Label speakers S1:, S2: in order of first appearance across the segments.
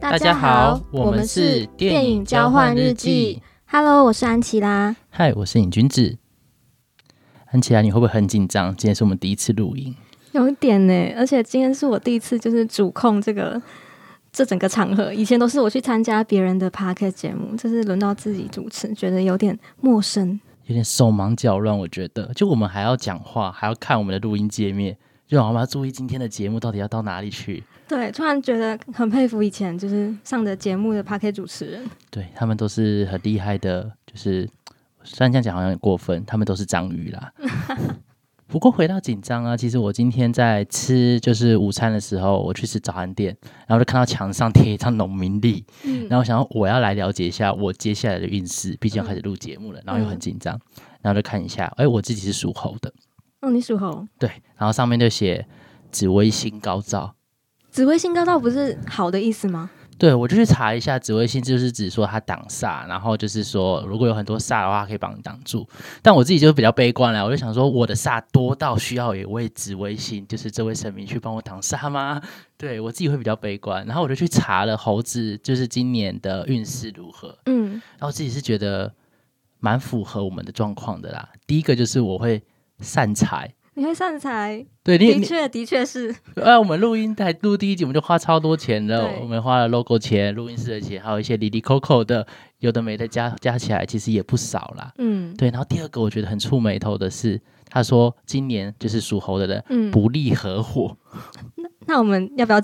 S1: 大家好，我们是电影交换日记。。
S2: Hello，我是安琪拉。
S1: 嗨，我是尹君子。安琪拉，你会不会很紧张？今天是我们第一次录音，
S2: 有一点呢，而且今天是我第一次就是主控这个这整个场合，以前都是我去参加别人的 p o d c a s t 节目，这是轮到自己主持，觉得有点陌生。
S1: 有点手忙脚乱。我觉得，就我们还要讲话，还要看我们的录音界面，就好像要注意今天的节目到底要到哪里去。
S2: 对，突然觉得很佩服以前就是上的节目的 p o d c a s t 主持人。
S1: 对他们都是很厉害的，就是虽然这样讲好像有点过分，他们都是章鱼啦。 不过回到紧张啊，其实我今天在吃就是午餐的时候，我去吃早餐店，然后就看到墙上贴一张农民历，然后我想要我要来了解一下我接下来的运势，毕竟要开始录节目了，然后又很紧张，然后就看一下，哎，我自己是属猴的，
S2: 哦，你属猴，
S1: 对，然后上面就写紫微星高照，
S2: 紫微星高照不是好的意思吗？
S1: 对，我就去查一下紫微星，就是指说它挡煞，然后就是说如果有很多煞的话，可以帮你挡住。但我自己就比较悲观了，我就想说我的煞多到需要有一位紫微星，就是这位神明去帮我挡煞吗？对我自己会比较悲观。然后我就去查了猴子，就是今年的运势如何，
S2: 嗯，
S1: 然后自己是觉得蛮符合我们的状况的啦。第一个就是我会散财。
S2: 你会散财，
S1: 对你，
S2: 的
S1: 你
S2: 确，的确是。
S1: 哎、我们录音台录第一集，我们就花超多钱了，
S2: 对
S1: 我们花了 logo 钱、录音室的钱，还有一些里里扣扣的，有的没的加加起来，其实也不少啦。
S2: 嗯
S1: 对，然后第二个我觉得很触眉头的是，他说今年就是属猴的人
S2: 嗯，
S1: 不利合伙，
S2: 那我们要不要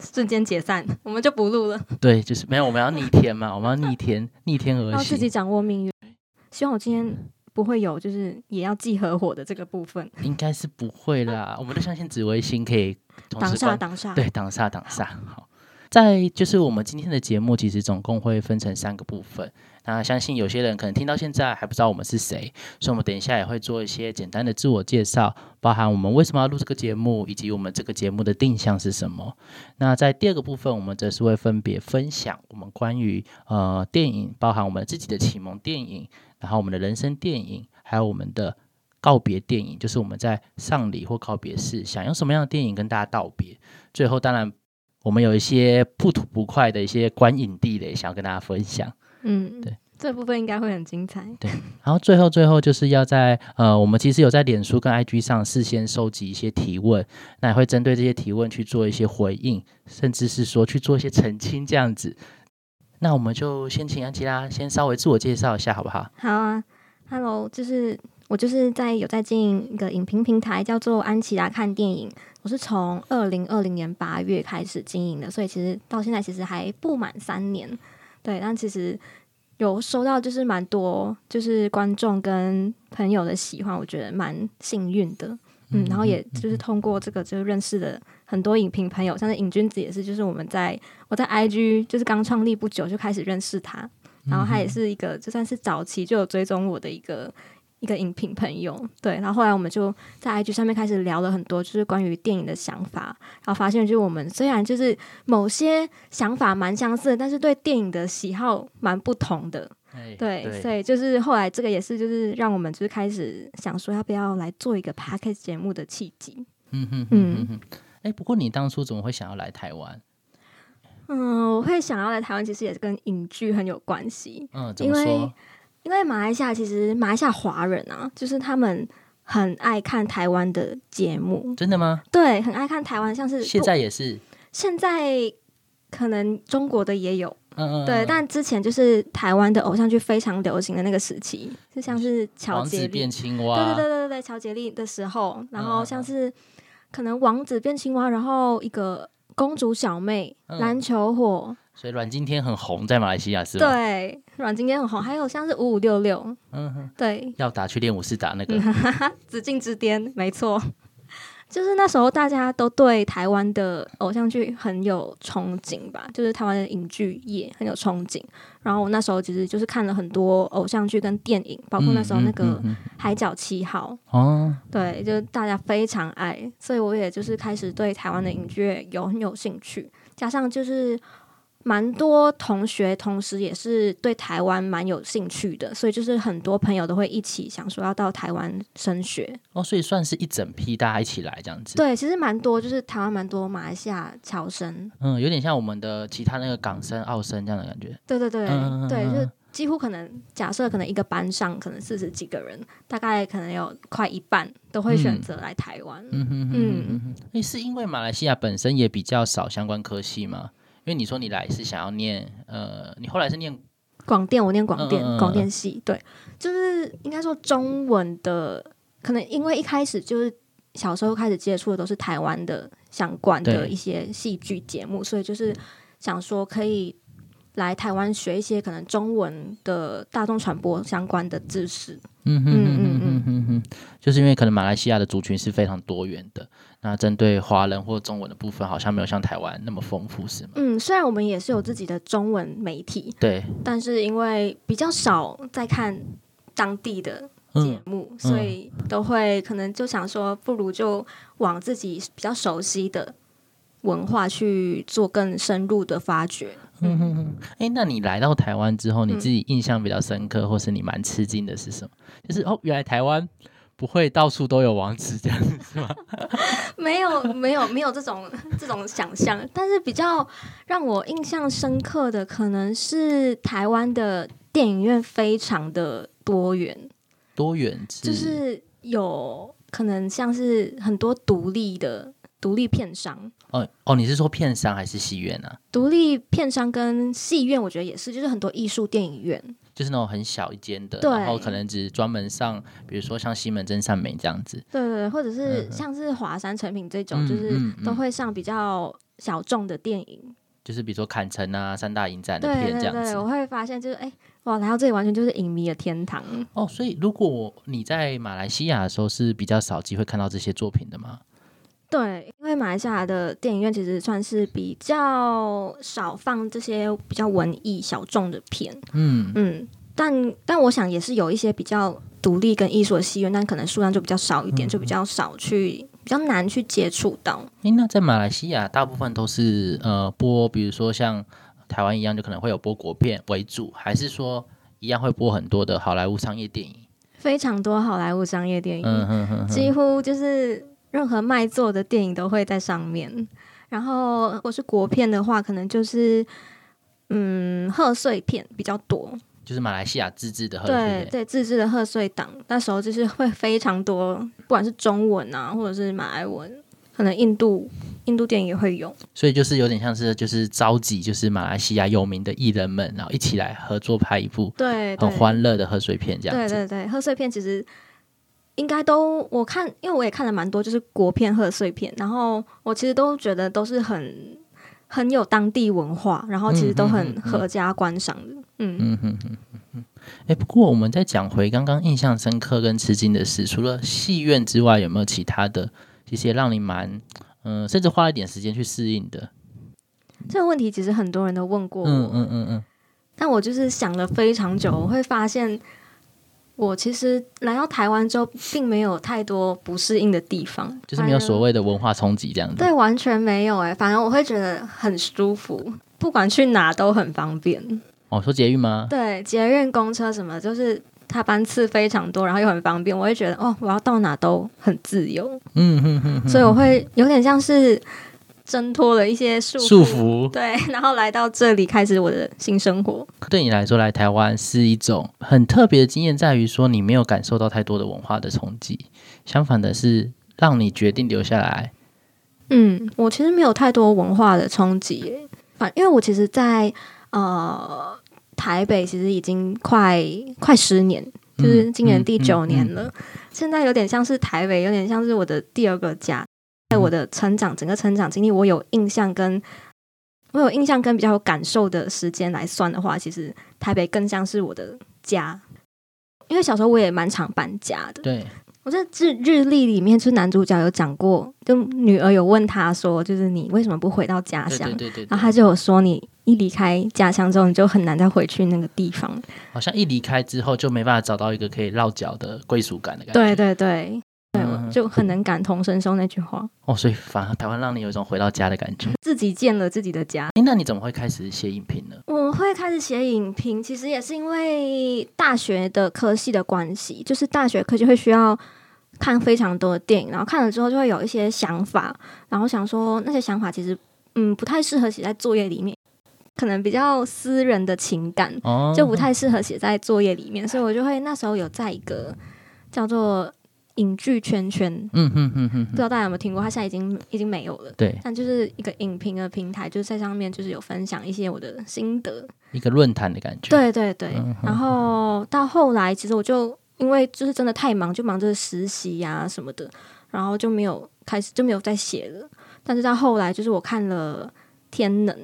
S2: 瞬间解散？我们就不录了，
S1: 对，就是没有我们要逆天嘛，我们要逆天，逆天而
S2: 要哦自己
S1: 行，
S2: 掌握命运。
S1: 哎
S2: 希望我今天不会有就是也要记合伙的这个部分，
S1: 应该是不会啦，我们都相信紫微星可以同
S2: 挡
S1: 时
S2: 煞
S1: 观
S2: 挡煞。
S1: 哦对，挡煞挡煞。好，在就是我们今天的节目，其实总共会分成三个部分。那相信有些人可能听到现在还不知道我们是谁，所以我们等一下也会做一些简单的自我介绍，包含我们为什么要录这个节目，以及我们这个节目的定向是什么。那在第二个部分，我们则是会分别分享我们关于呃电影，包含我们自己的启蒙电影，然后我们的人生电影，还有我们的告别电影，就是我们在丧礼或告别式想用什么样的电影跟大家道别。最后，当然我们有一些不吐不快的一些观影地雷，想要跟大家分享。
S2: 嗯，
S1: 对，
S2: 这部分应该会很精彩。
S1: 然后最后最后就是要在呃，我们其实有在脸书跟 IG 上事先收集一些提问，那也会针对这些提问去做一些回应，甚至是说去做一些澄清这样子。那我们就先请安琪拉先稍微自我介绍一下，好不好？
S2: 好啊，Hello，就是我就是在有在经营一个影评平台，叫做安琪拉看电影。我是从二零二零年八月开始经营的，所以其实到现在其实还不满三年。对，但其实有收到就是蛮多就是观众跟朋友的喜欢，我觉得蛮幸运的。嗯，然后也就是通过这个就认识了很多影评朋友，像是尹君子也是，就是我们在我在 IG 就是刚创立不久就开始认识他，然后他也是一个就算是早期就有追踪我的一个一个影评朋友，对，然后后来我们就在 IG 上面开始聊了很多就是关于电影的想法，然后发现就是我们虽然就是某些想法蛮相似的，但是对电影的喜好蛮不同的，
S1: 哎
S2: 对，所以就是后来这个也是，就是让我们就是开始想说要不要来做一个 podcast 节目的契机。
S1: 嗯哼嗯
S2: 嗯
S1: 哼哼。哎，不过你当初怎么会想要来台湾？
S2: 嗯，我会想要来台湾，其实也是跟影剧很有关系，
S1: 嗯，怎么
S2: 因为
S1: 说？
S2: 因为马来西亚其实马来西亚华人啊，就是他们很爱看台湾的节目，
S1: 真的吗？
S2: 对，很爱看台湾，像是
S1: 现在也是，
S2: 现在可能中国的也有，
S1: 嗯嗯，
S2: 对，
S1: 嗯
S2: 但之前就是台湾的偶像剧非常流行的那个时期，就像是乔
S1: 王
S2: 杰
S1: 子
S2: 利
S1: 变青蛙，
S2: 对对对对对，乔杰利的时候，然
S1: 嗯嗯
S2: 后像是可能王子变青蛙，然后一个公主小妹、
S1: 嗯
S2: 篮球火，
S1: 所以阮经天很红，在马来西亚是啊吧？
S2: 对，阮经天很红，还有像是五五六六，
S1: 嗯哼，
S2: 对，
S1: 要打去练武士打那个，
S2: 嗯紫禁之巅，没错。就是那时候，大家都对台湾的偶像剧很有憧憬吧，就是台湾的影剧业很有憧憬。然后我那时候其实就是看了很多偶像剧跟电影，包括那时候那个
S1: 嗯嗯嗯
S2: 《海角七号》
S1: 嗯哦，
S2: 对，就是大家非常爱，所以我也就是开始对台湾的影剧有很有兴趣，加上就是蛮多同学同时也是对台湾蛮有兴趣的，所以就是很多朋友都会一起想说要到台湾升学。
S1: 哦，所以算是一整批大家一起来这样子。
S2: 对，其实蛮多，就是台湾蛮多马来西亚侨生。
S1: 嗯，有点像我们的其他那个港生、澳生这样的感觉。
S2: 对对对、
S1: 嗯嗯嗯
S2: 对，
S1: 嗯
S2: 就是几乎可能假设可能一个班上可能四十几个人，大概可能有快一半都会选择来台湾。
S1: 嗯哼哼哼哼哼，诶，是因为马来西亚本身也比较少相关科系吗？因为你说你来是想要念，呃，你后来是念
S2: 广电，我念广电
S1: 嗯嗯嗯嗯，
S2: 广电系，对，就是应该说中文的，可能因为一开始就是小时候开始接触的都是台湾的相关的
S1: 对
S2: 一些戏剧节目，所以就是想说可以来台湾学一些可能中文的大众传播相关的知识。
S1: 嗯哼
S2: 嗯
S1: 哼哼
S2: 嗯
S1: 哼哼哼，就是因为可能马来西亚的族群是非常多元的，那针对华人或中文的部分，好像没有像台湾那么丰富，是吗？
S2: 嗯，虽然我们也是有自己的中文媒体，
S1: 对，
S2: 但是因为比较少在看当地的节
S1: 嗯，
S2: 目，所以都会可能就想说，不如就往自己比较熟悉的文化去做更深入的发掘。 嗯，
S1: 诶，那你来到台湾之后，你自己印象比较深刻，或是你蛮吃惊的是什么？就是哦，原来台湾不会到处都有王子这样子，是吗？
S2: 没有没有没有这种 这种想象，但是比较让我印象深刻的，可能是台湾的电影院非常的多元，
S1: 多元制，
S2: 就是有可能像是很多独立的独立片商，
S1: 哦哦，你是说片商还是戏院啊？
S2: 独立片商跟戏院，我觉得也是，就是很多艺术电影院，
S1: 就是那种很小一间的，
S2: 对
S1: 然后可能只专门上，比如说像西门真善美这样子，
S2: 对对对，或者
S1: 嗯
S2: 是
S1: 嗯
S2: 像是华山成品这种，
S1: 嗯
S2: 就是
S1: 嗯嗯
S2: 都会上比较小众的电影。
S1: 就是比如说坎城啊、三大影展的
S2: 对
S1: 片这
S2: 对
S1: 样子。
S2: 对，我会发现就是哎、哇，来到这里完全就是影迷的天堂。
S1: 哦，所以如果你在马来西亚的时候是比较少机会看到这些作品的吗？
S2: 对，因为马来西亚的电影院其实算是比较少放这些比较文艺小众的片，
S1: 嗯，
S2: 嗯，但但我想也是有一些比较独立跟艺术的戏院，但可能数量就比较少一点，就比
S1: 嗯
S2: 较少去比较难去接触到。
S1: 诶，那在马来西亚大部分都是呃播，比如说像台湾一样，就可能会有播国片为主，还是说一样会播很多的好莱坞商业电影？
S2: 非常多好莱坞商业电影，
S1: 嗯哼哼哼，
S2: 几乎就是任何卖座的电影都会在上面。然后，如果是国片的话，可能就是嗯贺岁片比较多，
S1: 嗯就是马来西亚自制的贺岁
S2: 对
S1: 片。
S2: 对，自制的贺岁档，那时候就是会非常多，不管是中文啊，或者是马来文，可能印度印度电影也会有。
S1: 所以就是有点像是就是召集就是马来西亚有名的艺人们，然后一起来合作拍一部
S2: 对，
S1: 很
S2: 对
S1: 欢乐的贺岁片这样
S2: 对
S1: 子。
S2: 对对，贺岁片其实应该都我看，因为我也看了蛮多，就是国片、贺岁片，然后我其实都觉得都是很很有当地文化，然后其实都
S1: 嗯嗯嗯
S2: 很
S1: 嗯
S2: 合家观赏的。嗯，
S1: 嗯哼哼哼哼，哎，不过我们再讲回刚刚印象深刻跟吃惊的事，除了戏院之外，有没有其他的一些让你蛮嗯、甚至花了一点时间去适应的？
S2: 这个问题其实很多人都问过我，
S1: 嗯嗯嗯嗯，
S2: 但我就是想了非常久，我会发现。我其实来到台湾之后，并没有太多不适应的地方，
S1: 就是没有
S2: 谓。
S1: 所谓的文化冲击这样子。
S2: 对，完全没有哎、反而我会觉得很舒服，不管去哪都很方便。
S1: 哦，说捷运吗？
S2: 对，捷运、公车什么，就是它班次非常多，然后又很方便，我会觉得哦，我要到哪都很自由，
S1: 嗯哼哼哼，
S2: 所以我会有点像是挣脱了一些束
S1: 束。缚
S2: 对，然后来到这里开始我的新生活。
S1: 对你来说来台湾是一种很特别的经验，在于说你没有感受到太多的文化的冲击，相反的是让你决定留下来。
S2: 嗯，我其实没有太多文化的冲击耶，反因为我其实在，呃台北其实已经快快十年，就是今年第九年了。现在有点像是台北，有点像是我的第二个家。在我的成长整个成长经历，我有印象跟我有印象跟比较有感受的时间来算的话，其实台北更像是我的家。因为小时候我也蛮常搬家的，
S1: 对，
S2: 我在日日历里面，就是男主角有讲过，就女儿有问他说，就是你为什么不回到家
S1: 对
S2: 乡？
S1: 对对对，
S2: 然后他就有说，你一离开家乡之后，你就很难再回去那个地方。
S1: 好像一离开之后就没办法找到一个可以落脚的归属感的感觉。
S2: 对对对，对、
S1: 嗯嗯
S2: 就很能感同身受那句话，
S1: 哦，所以反而台湾让你有一种回到家的感觉。
S2: 自己建了自己的家。
S1: 诶，那你怎么会开始写影评呢？
S2: 我会开始写影评，其实也是因为大学的科系的关系，就是大学科系会需要看非常多的电影，然后看了之后就会有一些想法，然后想说那些想法其实嗯不太适合写在作业里面，可能比较私人的情感
S1: 哦，
S2: 就不太适合写在作业里面，所以我就会那时候有在一个叫做影剧圈圈，
S1: 嗯哼哼哼
S2: 不
S1: 哼，
S2: 知道大家有没有听过，它现在已经已经没有了。
S1: 对，
S2: 但就是一个影评的平台，就是在上面就是有分享一些我的心得，
S1: 一个论坛的感觉。，
S2: 对对对，
S1: 嗯
S2: 然后到后来，其实我就因为就是真的太忙，就忙着实习呀、什么的，然后就没有开始就没有再写了。但是到后来，就是我看了《天能》，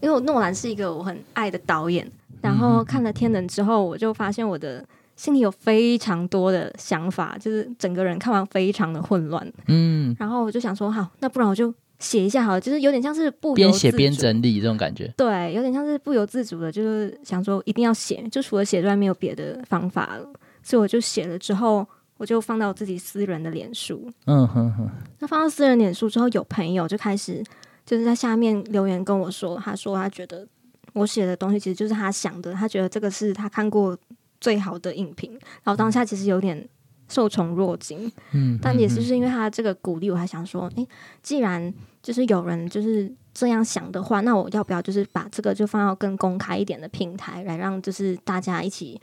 S2: 因为我诺兰是一个我很爱的导演，然
S1: 嗯嗯
S2: 后
S1: 嗯
S2: 看了《天能》之后，我就发现我的心里有非常多的想法，就是整个人看完非常的混乱。
S1: 嗯，
S2: 然后我就想说，好，那不然我就写一下好了，就是有点像是不由
S1: 边写
S2: 自
S1: 边
S2: 主
S1: 整理这种感觉。
S2: 对，有点像是不由自主的，就是想说一定要写，就除了写之外没有别的方法了，所以我就写了之后，我就放到我自己私人的脸书。
S1: 嗯哼哼，
S2: 那放到私人脸书之后，有朋友就开始就是在下面留言跟我说，他说他觉得我写的东西其实就是他想的，他觉得这个是他看过最好的影评，然后当下其实有点受宠若惊，
S1: 嗯，
S2: 但也
S1: 嗯
S2: 是
S1: 嗯
S2: 是因为他这个鼓励，我还想说，诶、既然就是有人就是这样想的话，那我要不要就是把这个就放到更公开一点的平台，来让就是大家一起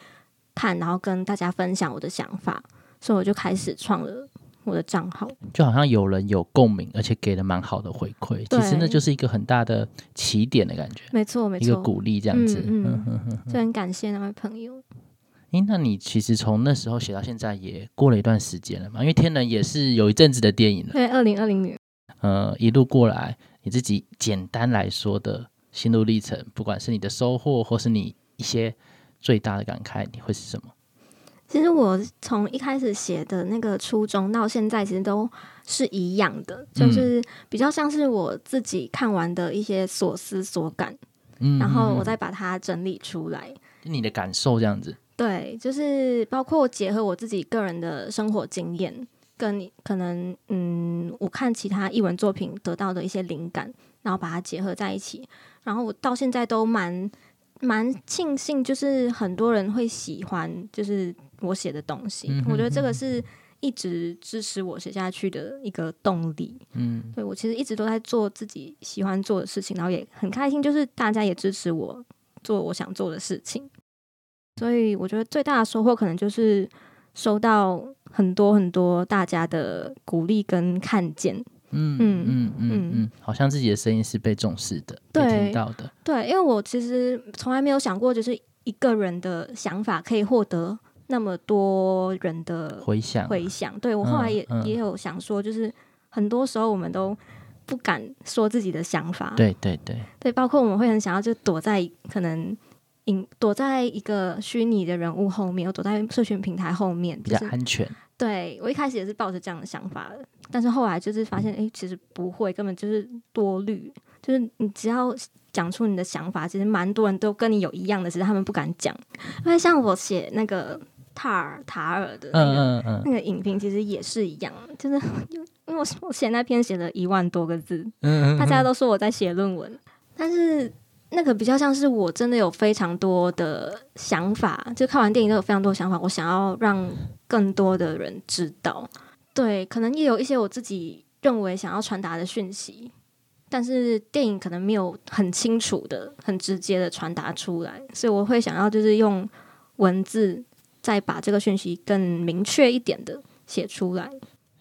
S2: 看，然后跟大家分享我的想法，所以我就开始创了我的账号。
S1: 嗯就好像有人有共鸣，而且给了蛮好的回馈。其实那
S2: 对
S1: 就是一个很大的起点的感觉，
S2: 没错，没
S1: 一个
S2: 错，
S1: 鼓励这样子。
S2: 嗯嗯
S1: 嗯哼哼。
S2: 就很感谢那位朋友。
S1: 诶，那你其实从那时候写到现在也过了一段时间了嘛？因为《天人》也是有一阵子的电影了。
S2: 对，二零二零年，
S1: 呃，一路过来，你自己简单来说的心路历程，不管是你的收获，或是你一些最大的感慨，你会是什么？
S2: 其实我从一开始写的那个初衷到现在，其实都是一样的，
S1: 嗯
S2: 就是比较像是我自己看完的一些所思所感。
S1: 嗯
S2: 然后我再把它整理出来。
S1: 你的感受这样子，
S2: 对，就是包括结合我自己个人的生活经验，跟你可能嗯，我看其他译文作品得到的一些灵感，然后把它结合在一起。然后我到现在都蛮蛮庆幸，就是很多人会喜欢，就是我写的东西。
S1: 嗯哼
S2: 我觉得这
S1: 哼
S2: 个是。一直支持我写下去的一个动力，
S1: 嗯，
S2: 对我其实一直都在做自己喜欢做的事情，然后也很开心，就是大家也支持我做我想做的事情。所以我觉得最大的收获可能就是收到很多很多大家的鼓励跟看见。
S1: 嗯
S2: 嗯
S1: 嗯嗯嗯
S2: 嗯
S1: 嗯，好像自己的声音是被重视的，被
S2: 对
S1: 听到的，
S2: 对，因为我其实从来没有想过，就是一个人的想法可以获得那么多人的
S1: 回响，啊
S2: 回响。对我后来也、
S1: 嗯嗯
S2: 也有想说，就是很多时候我们都不敢说自己的想法，
S1: 对对对，
S2: 对，包括我们会很想要就躲在可能隐躲在一个虚拟的人物后面，又躲在社群平台后面，
S1: 比
S2: 就
S1: 较
S2: 是
S1: 安全，
S2: 对我一开始也是抱着这样的想法的，但是后来就是发现，哎、其实不会，根本就是多虑，就是你只要。讲出你的想法，其实蛮多人都跟你有一样的，只是他们不敢讲。因为像我写那个塔尔塔尔的那个
S1: 嗯嗯嗯
S2: 那个影评其实也是一样，就是 因为我我写那篇写了一万多个字，
S1: 嗯，嗯
S2: 大家都说我在写论文，但是那个比较像是我真的有非常多的想法，就看完电影都有非常多的想法，我想要让更多的人知道。对，可能也有一些我自己认为想要传达的讯息，但是电影可能没有很清楚的、很直接的传达出来，所以我会想要就是用文字再把这个讯息更明确一点的写出来。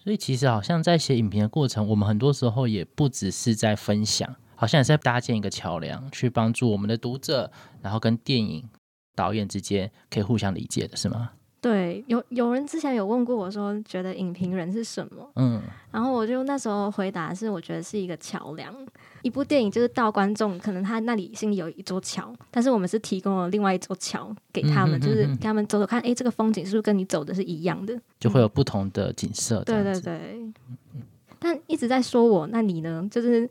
S1: 所以其实好像在写影评的过程，我们很多时候也不只是在分享，好像也是在搭建一个桥梁，去帮助我们的读者，然后跟电影导演之间可以互相理解的，是吗？嗯
S2: 对，有有人之前有问过我说，觉得影评人是什么？
S1: 嗯，
S2: 然后我就那时候回答是，我觉得是一个桥梁。一部电影就是到观众，可能他那里心里有一座桥，但是我们是提供了另外一座桥给他们，
S1: 嗯哼
S2: 就是
S1: 嗯哼
S2: 给他们走走看，诶，这个风景是不是跟你走的是一样的？
S1: 就会有不同的景色。这
S2: 对
S1: 样
S2: 对
S1: 子
S2: 对。但一直在说我，那你呢？就是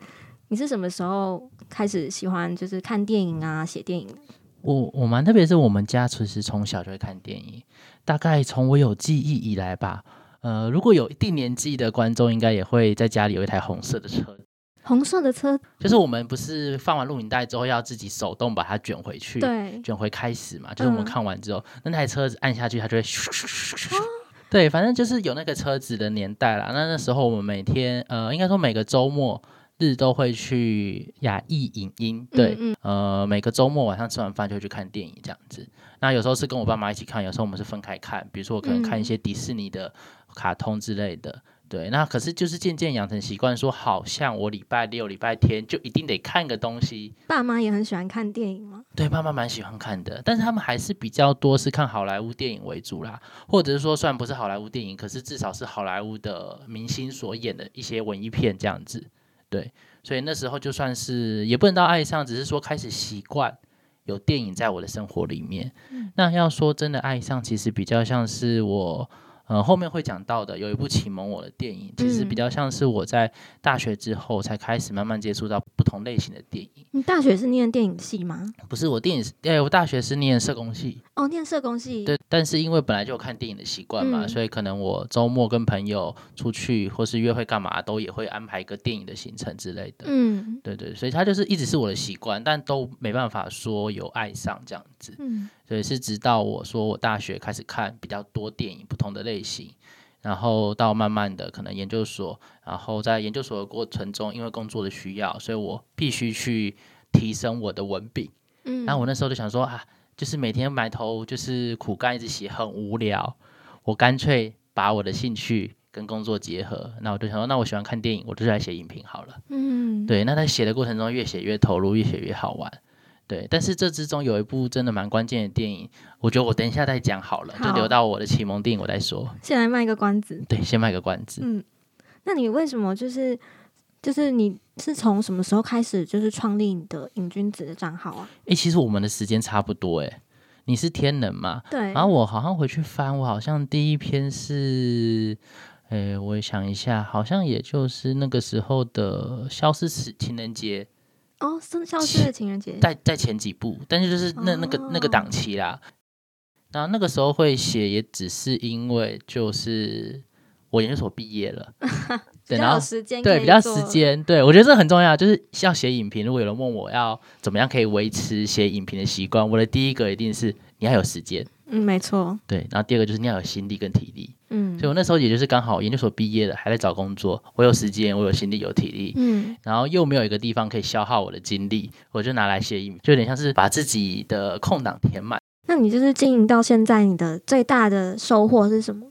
S2: 你是什么时候开始喜欢就是看电影啊、写电影的？
S1: 我我蛮特别，是我们家其实从小就会看电影，大概从我有记忆以来吧。呃，如果有一定年纪的观众，应该也会在家里有一台红色的车子，
S2: 红色的车，
S1: 就是我们不是放完录影带之后要自己手动把它卷回去，
S2: 对，
S1: 卷回开始嘛，就是我们
S2: 嗯哦
S1: 看完之后，那台车子按下去，它就会咻咻咻咻咻对，反正就是有那个车子的年代啦。那那时候我们每天，呃，应该说每个周末日都会去雅艺影音，对，
S2: 嗯
S1: 呃，每个周末晚上吃完饭就会去看电影这样子。那有时候是跟我爸妈一起看，有时候我们是分开看，比如说我可能
S2: 嗯
S1: 看一些迪士尼的卡通之类的。对，那可是就是渐渐养成习惯，说好像我礼拜六、礼拜天就一定得看个东西，
S2: 爸妈也很喜欢看电影吗？
S1: 对，爸妈蛮喜欢看的，但是他们还是比较多是看好莱坞电影为主啦，或者是说虽然不是好莱坞电影，可是至少是好莱坞的明星所演的一些文艺片这样子。对，所以那时候就算是也不能到爱上，只是说开始习惯有电影在我的生活里面。那要说真的爱上，其实比较像是我。呃，后面会讲到的，有一部启蒙我的电影，其实
S2: 嗯
S1: 比较像是我在大学之后才开始慢慢接触到不同类型的电影。
S2: 你大学是念电影系吗？
S1: 不是我电影，哎、我大学是念社工系，
S2: 哦，念社工系。
S1: 对，但是因为本来就有看电影的习惯嘛，
S2: 嗯
S1: 所以可能我周末跟朋友出去或是约会干嘛，都也会安排一个电影的行程之类的。
S2: 嗯
S1: 对对，所以它就是一直是我的习惯，但都没办法说有爱上这样子。
S2: 嗯
S1: 所以是直到我说我大学开始看比较多电影不同的类型，然后到慢慢的可能研究所，然后在研究所的过程中，因为工作的需要，所以我必须去提升我的文笔。
S2: 嗯。
S1: 然后我那时候就想说啊，就是每天埋头就是苦干一直写很无聊，我干脆把我的兴趣跟工作结合。那我就想说，那我喜欢看电影，我就来写影评好了。
S2: 嗯，
S1: 对，那在写的过程中越写越投入，越写越好玩。对，但是这之中有一部真的蛮关键的电影，我觉得我等一下再讲好了，就
S2: 好
S1: 留到我的启蒙电影我再说。
S2: 先来卖个关子。
S1: 对，先卖个关子。
S2: 嗯，那你为什么就是就是你是从什么时候开始就是创立你的瘾君子的账号啊？
S1: 诶，其实我们的时间差不多诶，你是天能嘛？
S2: 对，
S1: 然后我好像回去翻，我好像第一篇是，诶，我想一下，好像也就是那个时候的《消失情情人节
S2: 哦，生肖是的情人节》，
S1: 在在前几部，但是就是那那个那个档期啦。然后那个时候会写，也只是因为就是我研究所毕 业了，
S2: 比
S1: 对，
S2: 较
S1: 然
S2: 有
S1: 后。
S2: 时间，
S1: 对，比较时。间，对我觉得这很重要，就是要写影评。如果有人问我要怎么样可以维持写影评的习惯，我的第一个一定是你要有时间，
S2: 嗯，没错。
S1: 对，然后第二个就是你要有心力跟体力。
S2: 嗯
S1: 所以我那时候也就是刚好研究所毕业了，还在找工作，我有时间，我有心力，有体力，
S2: 嗯
S1: 然后又没有一个地方可以消耗我的精力，我就拿来写影，就有点像是把自己的空档填满。
S2: 那你就是经营到现在，你的最大的收获是什么？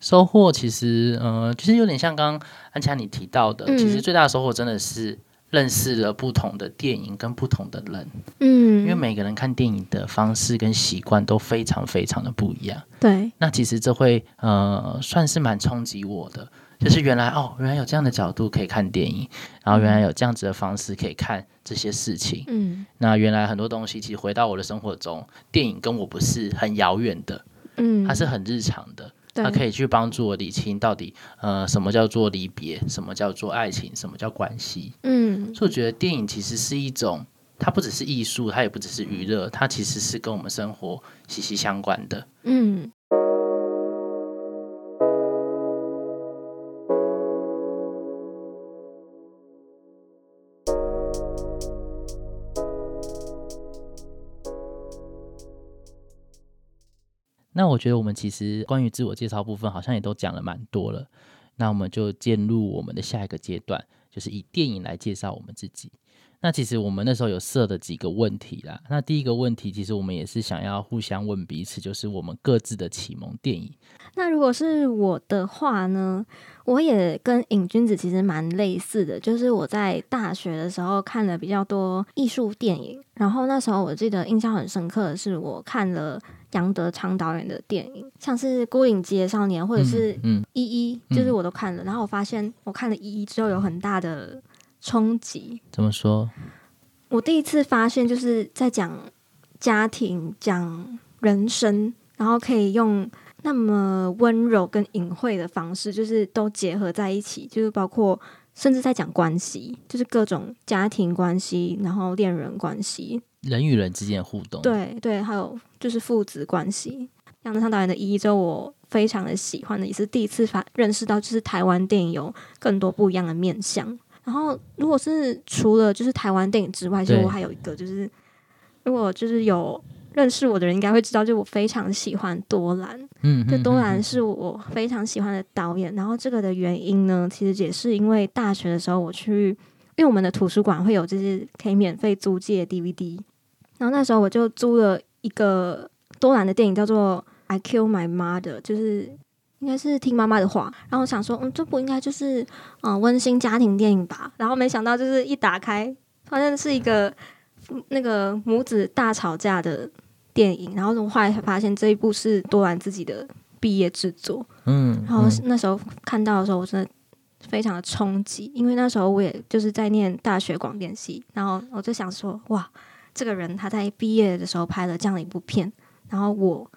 S1: 收获其实，呃，其实有点像刚刚安琪拉你提到的，
S2: 嗯
S1: 其实最大的收获真的是认识了不同的电影跟不同的人，
S2: 嗯，
S1: 因为每个人看电影的方式跟习惯都非常非常的不一样。
S2: 对，
S1: 那其实这会呃算是蛮冲击我的，就是原来哦，原来有这样的角度可以看电影，然后原来有这样子的方式可以看这些事情。
S2: 嗯
S1: 那原来很多东西其实回到我的生活中，电影跟我不是很遥远的，
S2: 嗯，
S1: 它是很日常的，
S2: 对
S1: 它可以去帮助我理清到底呃什么叫做离别，什么叫做爱情，什么叫关系。
S2: 嗯
S1: 所以我觉得电影其实是一种，它不只是艺术，它也不只是娱乐，它其实是跟我们生活息息相关的。
S2: 嗯。
S1: 那我觉得我们其实关于自我介绍部分好像也都讲了蛮多了，那我们就进入我们的下一个阶段，就是以电影来介绍我们自己。那其实我们那时候有设的几个问题啦，那第一个问题其实我们也是想要互相问彼此，就是我们各自的启蒙电影。
S2: 那如果是我的话呢，我也跟瘾君子其实蛮类似的，就是我在大学的时候看了比较多艺术电影，然后那时候我记得印象很深刻的是我看了杨德昌导演的电影，像是《孤影街少年》或者是《
S1: 嗯嗯
S2: 一一》，
S1: 嗯
S2: 就是我都看了，然后我发现我看了《一一》之后有很大的冲击，
S1: 怎么说？
S2: 我第一次发现，就是在讲家庭、讲人生，然后可以用那么温柔跟隐晦的方式，就是都结合在一起，就是包括甚至在讲关系，就是各种家庭关系，然后恋人关系，
S1: 人与人之间的互动。，
S2: 对对，还有就是父子关系。杨德昌导演的《一》之后，我非常的喜欢的，也是第一次发认识到，就是台湾电影有更多不一样的面向。然后，如果是除了就是台湾电影之外，其实
S1: 对
S2: 我还有一个就是，如果就是有认识我的人应该会知道，就我非常喜欢多兰。
S1: 嗯，
S2: 就
S1: 嗯
S2: 多
S1: 嗯
S2: 兰
S1: 嗯
S2: 是我非常喜欢的导演。然后这个的原因呢，其实也是因为大学的时候我去，因为我们的图书馆会有这些可以免费租借的 DVD，然后那时候我就租了一个多兰的电影，叫做《I Kill My Mother》，就是。应该是听妈妈的话，然后我想说，嗯，这不应该就是嗯、呃温馨家庭电影吧？然后没想到就是一打开，发现是一个嗯那个母子大吵架的电影，然后我后来才发现这一部是多兰自己的毕业制作，
S1: 嗯，
S2: 然后
S1: 嗯
S2: 那时候看到的时候，我真的非常的冲击，因为那时候我也就是在念大学广电系，然后我就想说，哇，这个人他在毕业的时候拍了这样的一部片，然后我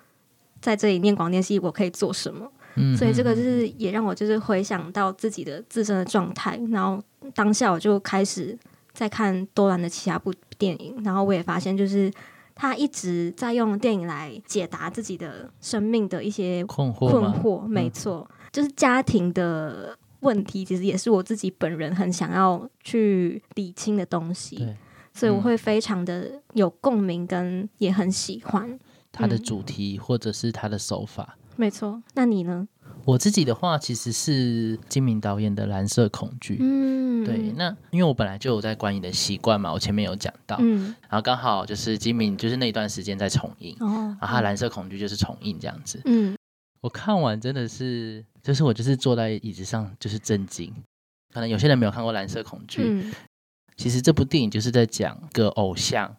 S2: 在这里念广电系，我可以做什么？
S1: 嗯
S2: 所以这个
S1: 嗯
S2: 就是也让我就是回想到自己的自身的状态，然后当下我就开始在看多兰的其他部电影，然后我也发现就是他一直在用电影来解答自己的生命的一些
S1: 困惑
S2: 困
S1: 吗嗯
S2: 惑，没错，就是家庭的问题，其实也是我自己本人很想要去理清的东西
S1: 对，
S2: 所以我
S1: 嗯
S2: 会非常的有共鸣，跟也很喜欢，
S1: 它的
S2: 嗯
S1: 主题或者是它的手法，
S2: 没错。那你呢？
S1: 我自己的话，其实是金明导演的《蓝色恐惧》。
S2: 嗯，
S1: 对，那因为我本来就有在观影的习惯嘛，我前面有讲到，
S2: 嗯，
S1: 然后刚好就是金明就是那一段时间在重映，
S2: 哦，
S1: 然后他《蓝色恐惧》就是重映这样子。
S2: 嗯，
S1: 我看完真的是，就是我就是坐在椅子上就是震惊。可能有些人没有看过《蓝色恐惧》，
S2: 嗯
S1: 其实这部电影就是在讲一个偶像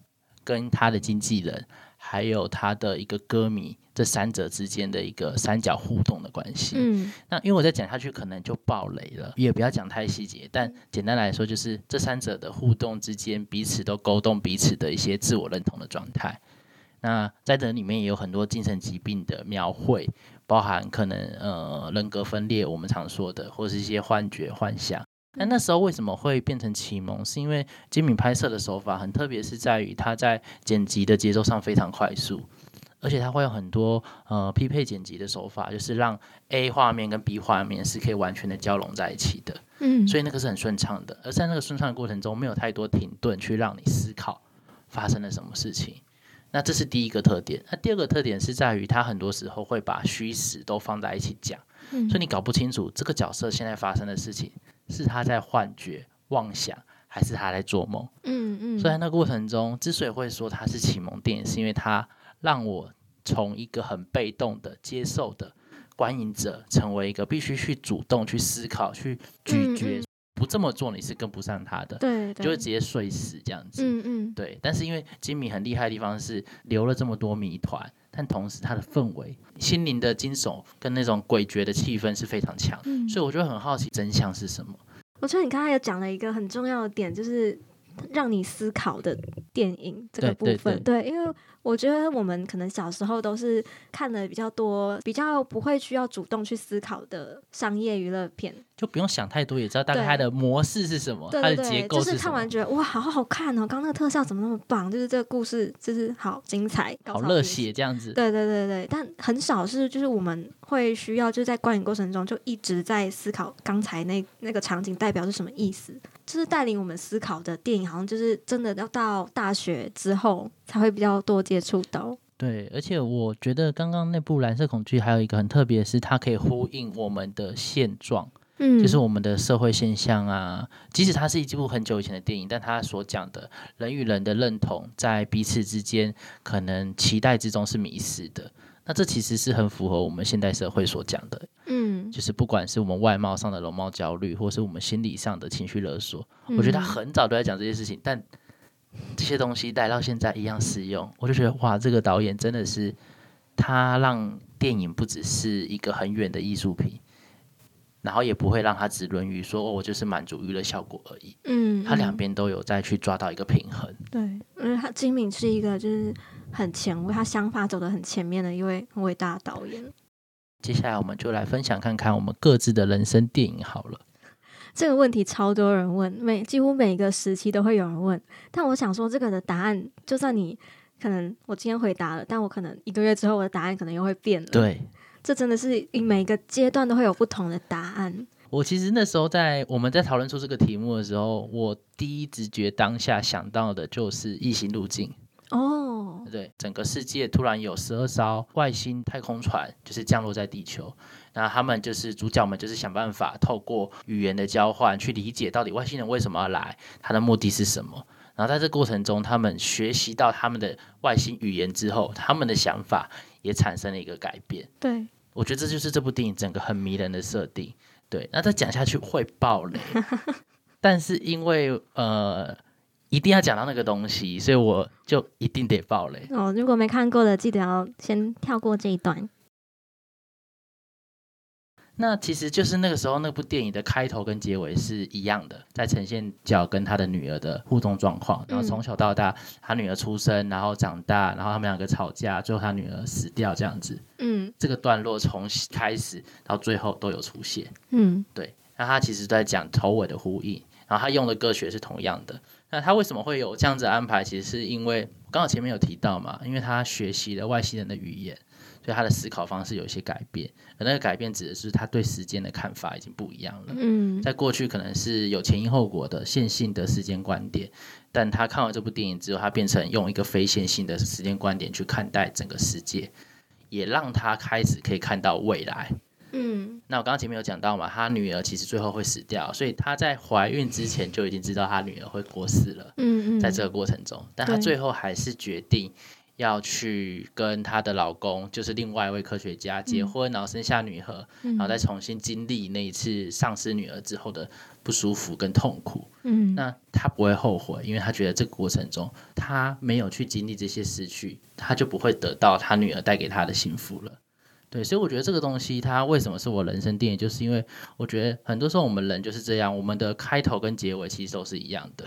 S1: 跟他的经纪人，还有他的一个歌迷这三者之间的一个三角互动的关系。
S2: 嗯
S1: 那因为我再讲下去可能就爆雷了，也不要讲太细节，但简单来说就是这三者的互动之间，彼此都勾动彼此的一些自我认同的状态。那在这里面也有很多精神疾病的描绘，包含可能呃人格分裂，我们常说的，或是一些幻觉、幻想。那那时候为什么会变成启蒙？是因为金敏拍摄的手法很特别，是在于他在剪辑的节奏上非常快速，而且他会有很多呃匹配剪辑的手法，就是让 A 画面跟 B 画面是可以完全的交融在一起的，
S2: 嗯，
S1: 所以那个是很顺畅的。而在那个顺畅的过程中，没有太多停顿去让你思考发生了什么事情。那这是第一个特点。那第二个特点是在于，他很多时候会把虚实都放在一起讲，
S2: 嗯
S1: 所以你搞不清楚这个角色现在发生的事情是他在幻觉、妄想，还是他在做梦。
S2: 嗯嗯，
S1: 所以在那个过程中，之所以会说它是启蒙电影，是因为它让我从一个很被动的接受的观影者，成为一个必须去主动去思考、去咀
S2: 嗯
S1: 嚼。
S2: 嗯
S1: 不这么做，你是跟不上他的，
S2: 对
S1: 就会
S2: 对，
S1: 直接睡死这样子。
S2: 嗯嗯
S1: 对，但是因为金米很厉害的地方是留了这么多谜团，但同时它的氛围、心灵的惊悚跟那种诡谲的气氛是非常强，
S2: 嗯，
S1: 所以我就很好奇真相是什么。
S2: 我觉得你刚才有讲了一个很重要的点，就是让你思考的电影这个部
S1: 对对
S2: 分。对，因为我觉得我们可能小时候都是看的比较多，比较不会需要主动去思考的商业娱乐片。
S1: 就不用想太多，也知道大概
S2: 对
S1: 它的模式是什么，
S2: 对
S1: 它
S2: 对
S1: 的结
S2: 对，
S1: 构
S2: 就是
S1: 是什
S2: 看
S1: 么
S2: 完。觉得哇，好好看哦！刚刚那个特效怎么那么棒？就是这个故事，就是好精彩，高
S1: 好
S2: 潮
S1: 热
S2: 迭起
S1: 血这样子。
S2: 对对对对，但很少是就是我们会需要就是在观影过程中就一直在思考刚才那那个场景代表是什么意思，就是带领我们思考的电影，好像就是真的要到大学之后才会比较多接触到。
S1: 对，而且我觉得刚刚那部《蓝色恐惧》还有一个很特别的是，它可以呼应我们的现状，
S2: 嗯，
S1: 就是我们的社会现象啊。即使它是一部很久以前的电影，但它所讲的人与人的认同，在彼此之间可能期待之中是迷失的。那这其实是很符合我们现代社会所讲的，
S2: 嗯，
S1: 就是不管是我们外貌上的容貌焦虑，或是我们心理上的情绪勒索，我觉得他
S2: 嗯
S1: 很早都在讲这些事情，但这些东西带到现在一样适用，我就觉得哇，这个导演真的是他让电影不只是一个很远的艺术品，然后也不会让它只沦于说、哦、我就是满足娱乐效果而已，
S2: 嗯，
S1: 他两
S2: 嗯
S1: 边都有再去抓到一个平衡。
S2: 对，因为他金敏是一个就是很前卫，他想法走得很前面的一位很伟大的导演。
S1: 接下来我们就来分享看看我们各自的人生电影好了。
S2: 这个问题超多人问，每几乎每一个时期都会有人问。但我想说，这个的答案，就算你可能我今天回答了，但我可能一个月之后我的答案可能又会变了。
S1: 对，
S2: 这真的是每个阶段都会有不同的答案。
S1: 我其实那时候在我们在讨论出这个题目的时候，我第一直觉当下想到的就是异形路径。
S2: 哦，
S1: 对，整个世界突然有十二艘外星太空船就是降落在地球，那他们就是主角们就是想办法透过语言的交换去理解到底外星人为什么要来，他的目的是什么。然后在这过程中，他们学习到他们的外星语言之后，他们的想法也产生了一个改变。
S2: 对，
S1: 我觉得这就是这部电影整个很迷人的设定。对，那再讲下去会爆雷，但是因为呃一定要讲到那个东西，所以我就一定得爆雷。
S2: 哦，如果没看过的，记得要先跳过这一段。
S1: 那其实就是那个时候那部电影的开头跟结尾是一样的，在呈现角跟他的女儿的互动状况，然后从小到大，他女儿出生，然后长大，然后他们两个吵架，最后他女儿死掉这样子。
S2: 嗯
S1: 这个段落从开始到最后都有出现。
S2: 嗯，
S1: 对，那他其实在讲头尾的呼应，然后他用的歌曲是同样的。那他为什么会有这样子的安排？其实是因为刚好前面有提到嘛，因为他学习了外星人的语言，所以他的思考方式有一些改变。而那个改变指的是他对时间的看法已经不一样了。
S2: 嗯
S1: 在过去可能是有前因后果的线性的时间观点，但他看完这部电影之后，他变成用一个非线性的时间观点去看待整个世界，也让他开始可以看到未来。
S2: 嗯
S1: 那我刚刚前面有讲到嘛，他女儿其实最后会死掉，所以他在怀孕之前就已经知道他女儿会过世了，
S2: 嗯嗯，
S1: 在这个过程中，但他
S2: 对
S1: 最后还是决定要去跟她的老公，就是另外一位科学家结
S2: 嗯
S1: 婚，然后生下女儿，然后再重新经历那一次丧失女儿之后的不舒服跟痛苦。
S2: 嗯
S1: 那他不会后悔，因为他觉得这个过程中他没有去经历这些失去，他就不会得到他女儿带给他的幸福了。对，所以我觉得这个东西它为什么是我人生电影，就是因为我觉得很多时候我们人就是这样，我们的开头跟结尾其实都是一样的。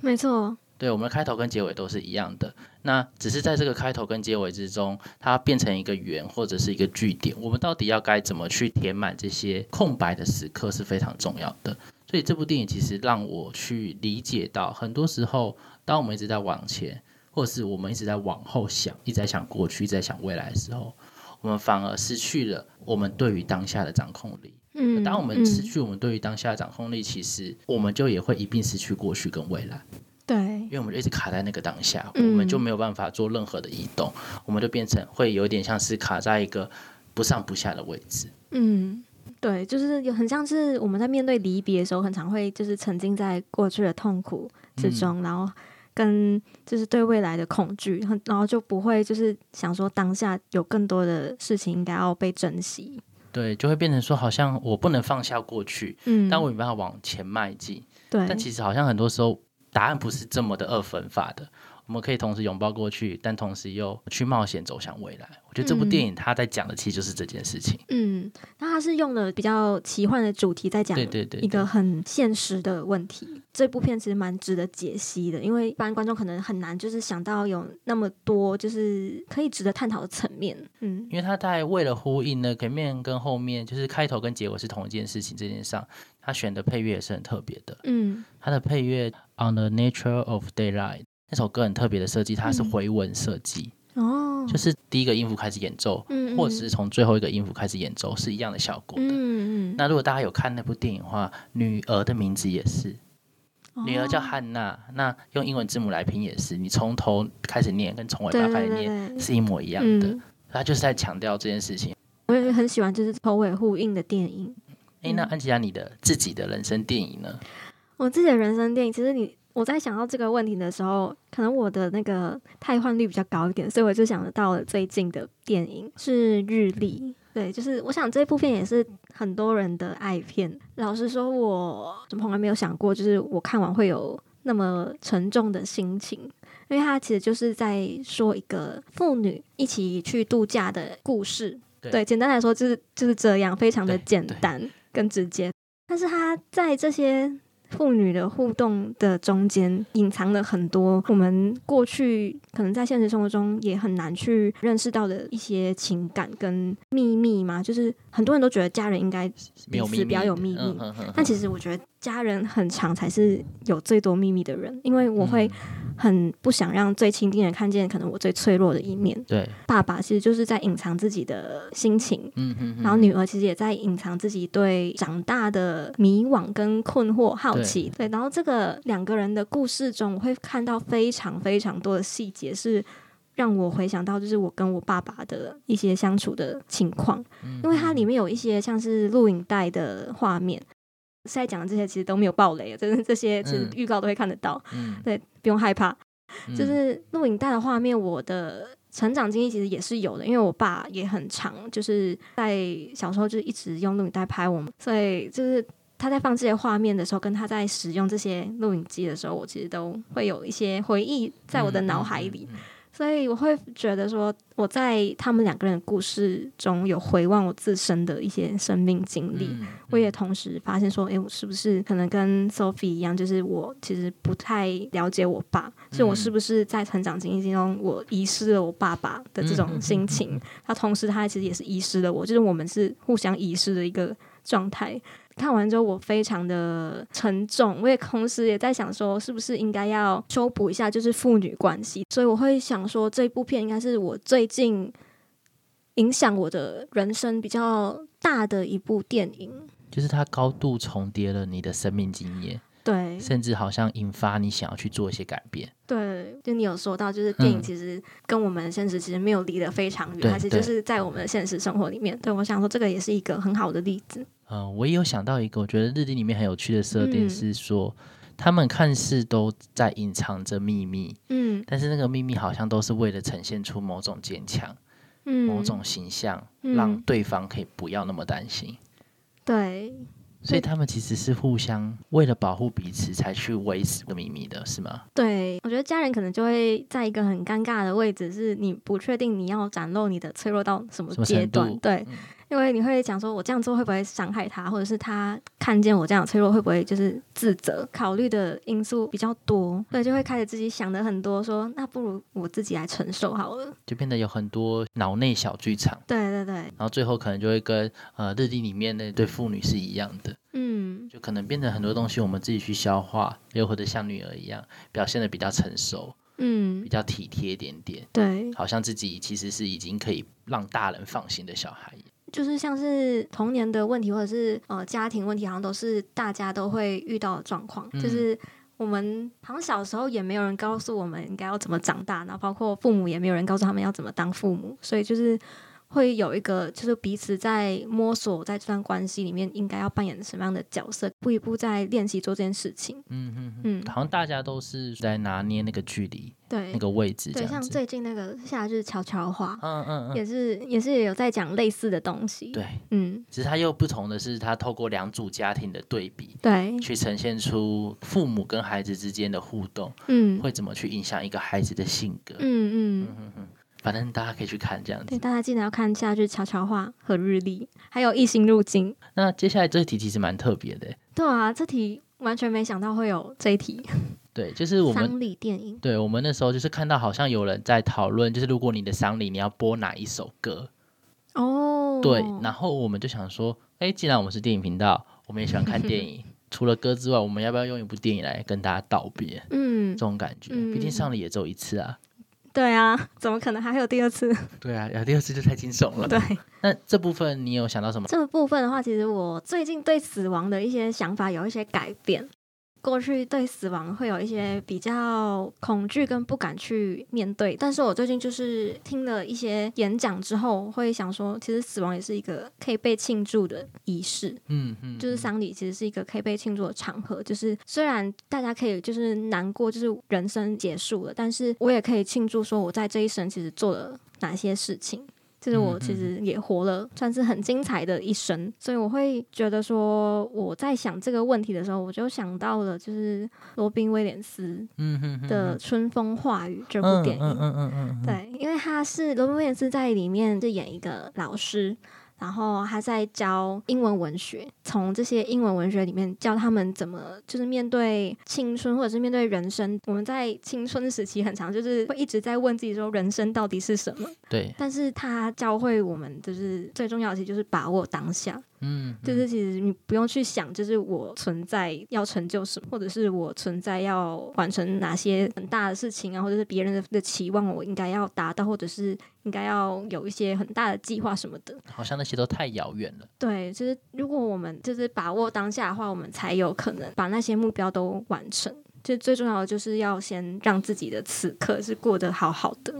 S2: 没错，
S1: 对，我们的开头跟结尾都是一样的，那只是在这个开头跟结尾之中，它变成一个圆或者是一个句点。我们到底要该怎么去填满这些空白的时刻是非常重要的。所以这部电影其实让我去理解到，很多时候，当我们一直在往前，或者是我们一直在往后想，一直在想过去，一直在想未来的时候，我们反而失去了我们对于当下的掌控力。
S2: 嗯，
S1: 当我们失
S2: 嗯
S1: 去我们对于当下的掌控力，其实我们就也会一并失去过去跟未来。
S2: 对
S1: 因，为我们就一直卡在那个当下，我
S2: 嗯
S1: 们就没有办法做任何的移动，我们就变成会有点像是卡在一个不上不下的位置。
S2: 嗯。对，就是有很像是我们在面对离别的时候，很常会就是沉浸在过去的痛苦
S1: 嗯
S2: 之中，然后跟就是对未来的恐惧，很然后就不会就是想说当下有更多的事情应该要被珍惜。
S1: 对，就会变成说，好像我不能放下过去，
S2: 嗯，
S1: 但我没办法往前迈进。
S2: 对，
S1: 但其实好像很多时候答案不是这么的二分法的。我们可以同时拥抱过去，但同时又去冒险走向未来。我觉得这部
S2: 嗯
S1: 电影它在讲的其实就是这件事情。
S2: 嗯，那他是用了比较奇幻的主题在讲
S1: 对对对，
S2: 一
S1: 对
S2: 个很现实的问题。这部片其实蛮值得解析的，因为一般观众可能很难就是想到有那么多就是可以值得探讨的层面。嗯
S1: 因为他在为了呼应呢，前面跟后面就是开头跟结尾是同一件事情这件事上，他选的配乐也是很特别的。
S2: 嗯
S1: 它的配乐《On the Nature of Daylight》那首歌很特别的设计，它是
S2: 嗯
S1: 回文设计，
S2: 哦，
S1: 就是第一个音符开始演奏，
S2: 嗯
S1: 或者是从最后一个音符开始演奏，是一样的效果的。
S2: 嗯嗯，
S1: 那如果大家有看那部电影的话，女儿的名字也是，
S2: 那
S1: 女儿叫汉娜，那用英文字母来拼也是，你从头开始念跟从尾
S2: 对
S1: 巴
S2: 对
S1: 开始
S2: 对
S1: 念
S2: 对
S1: 是一模一样的。
S2: 嗯，
S1: 他就是在强调这件事情。
S2: 我也很喜欢就是头尾呼应的电影。嗯
S1: 诶，那安吉拉，你的自己的人生电影呢？
S2: 我自己的人生电影，其实你我在想到这个问题的时候，可能我的那个汰换率比较高一点，所以我就想到了最近的电影是《日历》。对，就是我想这部片也是很多人的爱片。老实说，我怎么从来没有想过，就是我看完会有那么沉重的心情，因为它其实就是在说一个父女一起去度假的故事。
S1: 对
S2: 对，简单来说就是就是这样，非常的
S1: 对
S2: 简
S1: 对
S2: 单跟直接。但是它在这些父女的互动的中间，隐藏了很多我们过去可能在现实生活中也很难去认识到的一些情感跟秘密嘛。就是很多人都觉得家人应该，
S1: 没有
S2: 彼
S1: 秘
S2: 此
S1: 密，
S2: 比较有秘密
S1: 嗯哼哼哼
S2: 但其实我觉得家人很长才是有最多秘密的人，因为我会
S1: 嗯
S2: 很不想让最亲近的人看见可能我最脆弱的一面。
S1: 对，
S2: 爸爸其实就是在隐藏自己的心情，
S1: 嗯嗯嗯，
S2: 然后女儿其实也在隐藏自己对长大的迷惘、跟困惑、好奇。对，然后这个两个人的故事中，我会看到非常非常多的细节，是让我回想到就是我跟我爸爸的一些相处的情况，因为
S1: 嗯
S2: 它里面有一些像是录影带的画面。现在讲的这些其实都没有暴雷，真的这些其实
S1: 嗯
S2: 预告都会看得到，
S1: 嗯
S2: 对，不用害怕。
S1: 嗯
S2: 就是录影带的画面，我的成长经历其实也是有的，因为我爸也很长，就是在小时候就一直用录影带拍我们，所以就是他在放这些画面的时候，跟他在使用这些录影机的时候，我其实都会有一些回忆在我的脑海里，，
S1: 嗯嗯嗯
S2: 所以我会觉得说，我在他们两个人的故事中有回望我自身的一些生命经历。
S1: 嗯嗯
S2: 我也同时发现说，诶，我是不是可能跟 Sophie 一样，就是我其实不太了解我爸，所以我是不是在成长经历中，我遗失了我爸爸的这种心情？他同时他其实也是遗失了我，就是我们是互相遗失的一个状态。看完之后，我非常的沉重，我也同时也在想说，是不是应该要修补一下就是父女关系？所以我会想说，这部片应该是我最近影响我的人生比较大的一部电影。
S1: 就是它高度重叠了你的生命经验，
S2: 对
S1: 甚至好像引发你想要去做一些改变。
S2: 对，就你有说到，就是电影
S1: 嗯
S2: 其实跟我们的现实其实没有离得非常远，
S1: 对
S2: 它其实就是在我们的现实生活里面。对我想说，这个也是一个很好的例子。
S1: 嗯、我也有想到一个，我觉得日历里面很有趣的设定
S2: 嗯
S1: 是说，他们看似都在隐藏着秘密，
S2: 嗯
S1: 但是那个秘密好像都是为了呈现出某种坚强、
S2: 嗯，
S1: 某种形象，
S2: 嗯
S1: 让对方可以不要那么担心。
S2: 对
S1: 所以他们其实是互相为了保护彼此才去维持这个秘密的，是吗？
S2: 对，我觉得家人可能就会在一个很尴尬的位置，是你不确定你要展露你的脆弱到什么
S1: 什么
S2: 阶
S1: 程
S2: 段
S1: 度。嗯
S2: 对，因为你会想说，我这样做会不会伤害他，或者是他看见我这样脆弱会不会就是自责？考虑的因素比较多，所以就会开始自己想的很多说那不如我自己来承受好了。
S1: 就变得有很多脑内小剧场，
S2: 对对对，
S1: 然后最后可能就会跟呃日历里面那对父女是一样的，
S2: 嗯
S1: 就可能变成很多东西我们自己去消化，又或者像女儿一样表现的比较成熟，比
S2: 嗯，
S1: 较体贴一点点，
S2: 对，
S1: 好像自己其实是已经可以让大人放心的小孩一样。
S2: 就是像是童年的问题，或者是呃家庭问题，好像都是大家都会遇到的状况，
S1: 嗯
S2: 就是。我们好像小时候也没有人告诉我们应该要怎么长大，然后包括父母也没有人告诉他们要怎么当父母，所以就是会有一个就是彼此在摸索在这段关系里面应该要扮演什么样的角色，一步一步在练习做这件事情。
S1: 嗯嗯
S2: 嗯
S1: 嗯，好像大家都是在拿捏那个距离、
S2: 对
S1: 那个位置这
S2: 对，
S1: 样
S2: 像
S1: 子。
S2: 最近那个夏日悄悄话，
S1: 嗯嗯嗯，
S2: 也是也是有在讲类似的东西。
S1: 对。
S2: 嗯，
S1: 只是它又不同的是，它透过两组家庭的对比，
S2: 对，
S1: 去呈现出父母跟孩子之间的互动，
S2: 嗯
S1: 会怎么去影响一个孩子的性格。
S2: 嗯嗯，
S1: 反正大家可以去看这样
S2: 对，
S1: 子。
S2: 大家记得要看夏日悄悄话和日历，还有异星入境。
S1: 那接下来这题其实蛮特别的，欸
S2: 对啊，这题完全没想到会有这一题
S1: 对，就是我们
S2: 丧礼电影。
S1: 对我们那时候就是看到好像有人在讨论，就是如果你的丧礼你要播哪一首歌，
S2: 哦，
S1: 对，然后我们就想说，哎，既然我们是电影频道，我们也喜欢看 电影，除了歌之外，我们要不要用一部电影来跟大家道别？
S2: 嗯
S1: 这，种感觉，
S2: 嗯
S1: 毕竟上礼也只有一次啊。
S2: 对啊，怎么可能还会有第二次？
S1: 对啊，然后第二次就太惊悚了。
S2: 对，
S1: 那这部分你有想到什么？
S2: 这个部分的话，其实我最近对死亡的一些想法有一些改变。过去对死亡会有一些比较恐惧跟不敢去面对，但是我最近就是听了一些演讲之后，会想说，其实死亡也是一个可以被庆祝的仪式。
S1: 嗯嗯，
S2: 就是丧礼其实是一个可以被庆祝的场合，就是虽然大家可以就是难过，就是人生结束了，但是我也可以庆祝说我在这一生其实做了哪些事情。就是
S1: 嗯
S2: 我其实也活了，算是很精彩的一生，所以我会觉得说，我在想这个问题的时候，我就想到了就是罗宾威廉斯
S1: 嗯嗯嗯
S2: 的《春风化雨》这部电影。
S1: 嗯嗯嗯嗯嗯，
S2: 对，因为他是罗宾威廉斯在里面是演一个老师，然后他在教英文文学，从这些英文文学里面教他们怎么就是面对青春或者是面对人生。我们在青春时期很长，就是会一直在问自己说人生到底是什么，
S1: 对，
S2: 但是他教会我们就是最重要的其实就是把握当下。
S1: 嗯，
S2: 就是其实你不用去想，就是我存在要成就什么，或者是我存在要完成哪些很大的事情啊，或者是别人的的期望，我应该要达到，或者是应该要有一些很大的计划什么的。
S1: 好像那些都太遥远了。
S2: 对，就是如果我们就是把握当下的话，我们才有可能把那些目标都完成。就最重要的就是要先让自己的此刻是过得好好的。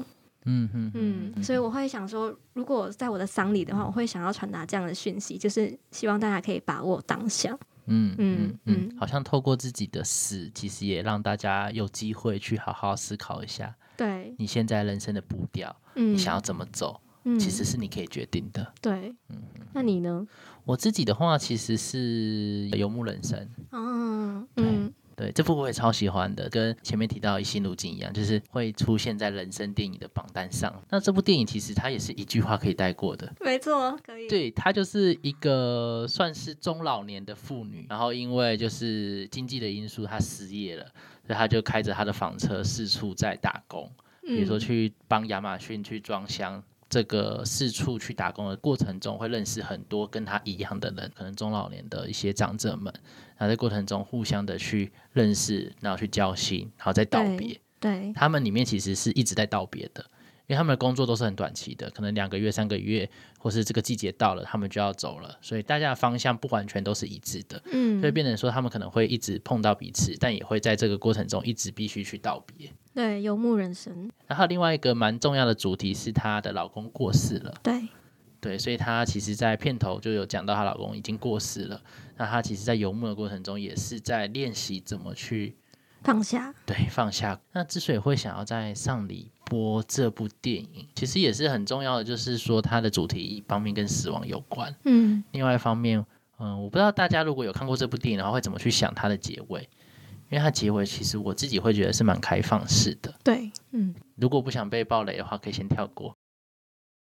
S1: 嗯嗯
S2: 嗯，所以我会想说，如果在我的丧礼的话，我会想要传达这样的讯息，就是希望大家可以把握当下。
S1: 嗯嗯
S2: 嗯
S1: 嗯，
S2: 嗯
S1: 好像透过自己的死，其实也让大家有机会去好好思考一下
S2: 对，
S1: 你现在人生的步调，
S2: 嗯，
S1: 你想要怎么走，
S2: 嗯，
S1: 其实嗯是你可以决定的。
S2: 对，那你呢？
S1: 我自己的话，其实是游牧人生。
S2: 嗯嗯
S1: 对这部我也超喜欢的，跟前面提到《一心路径》一样，就是会出现在人生电影的榜单上。那这部电影其实它也是一句话可以带过的，
S2: 没错，可以，
S1: 对，她就是一个算是中老年的妇女，然后因为就是经济的因素，她失业了，所以她就开着她的房车四处在打工，
S2: 嗯
S1: 比如说去帮亚马逊去装箱。这个四处去打工的过程中，会认识很多跟她一样的人，可能中老年的一些长者们，然后在过程中互相的去认识，然后去交心，然后再道别。
S2: 对，
S1: 他们里面其实是一直在道别的，因为他们的工作都是很短期的，可能两个月、三个月，或是这个季节到了，他们就要走了，所以大家的方向不完全都是一致的，
S2: 嗯
S1: 所以，变成说他们可能会一直碰到彼此，但也会在这个过程中一直必须去道别。
S2: 对，游牧人生，
S1: 然后另外一个蛮重要的主题是她的老公过世了。
S2: 对，
S1: 对，所以她其实，在片头就有讲到她老公已经过世了。那她其实，在游牧的过程中，也是在练习怎么去
S2: 放下，
S1: 对放下。那之所以会想要在上礼播这部电影，其实也是很重要的，就是说它的主题一方面跟死亡有关，
S2: 嗯
S1: 另外一方面，嗯，我不知道大家如果有看过这部电影的话，会怎么去想它的结尾，因为它结尾其实我自己会觉得是蛮开放式的。
S2: 对，嗯
S1: 如果不想被暴雷的话，可以先跳过。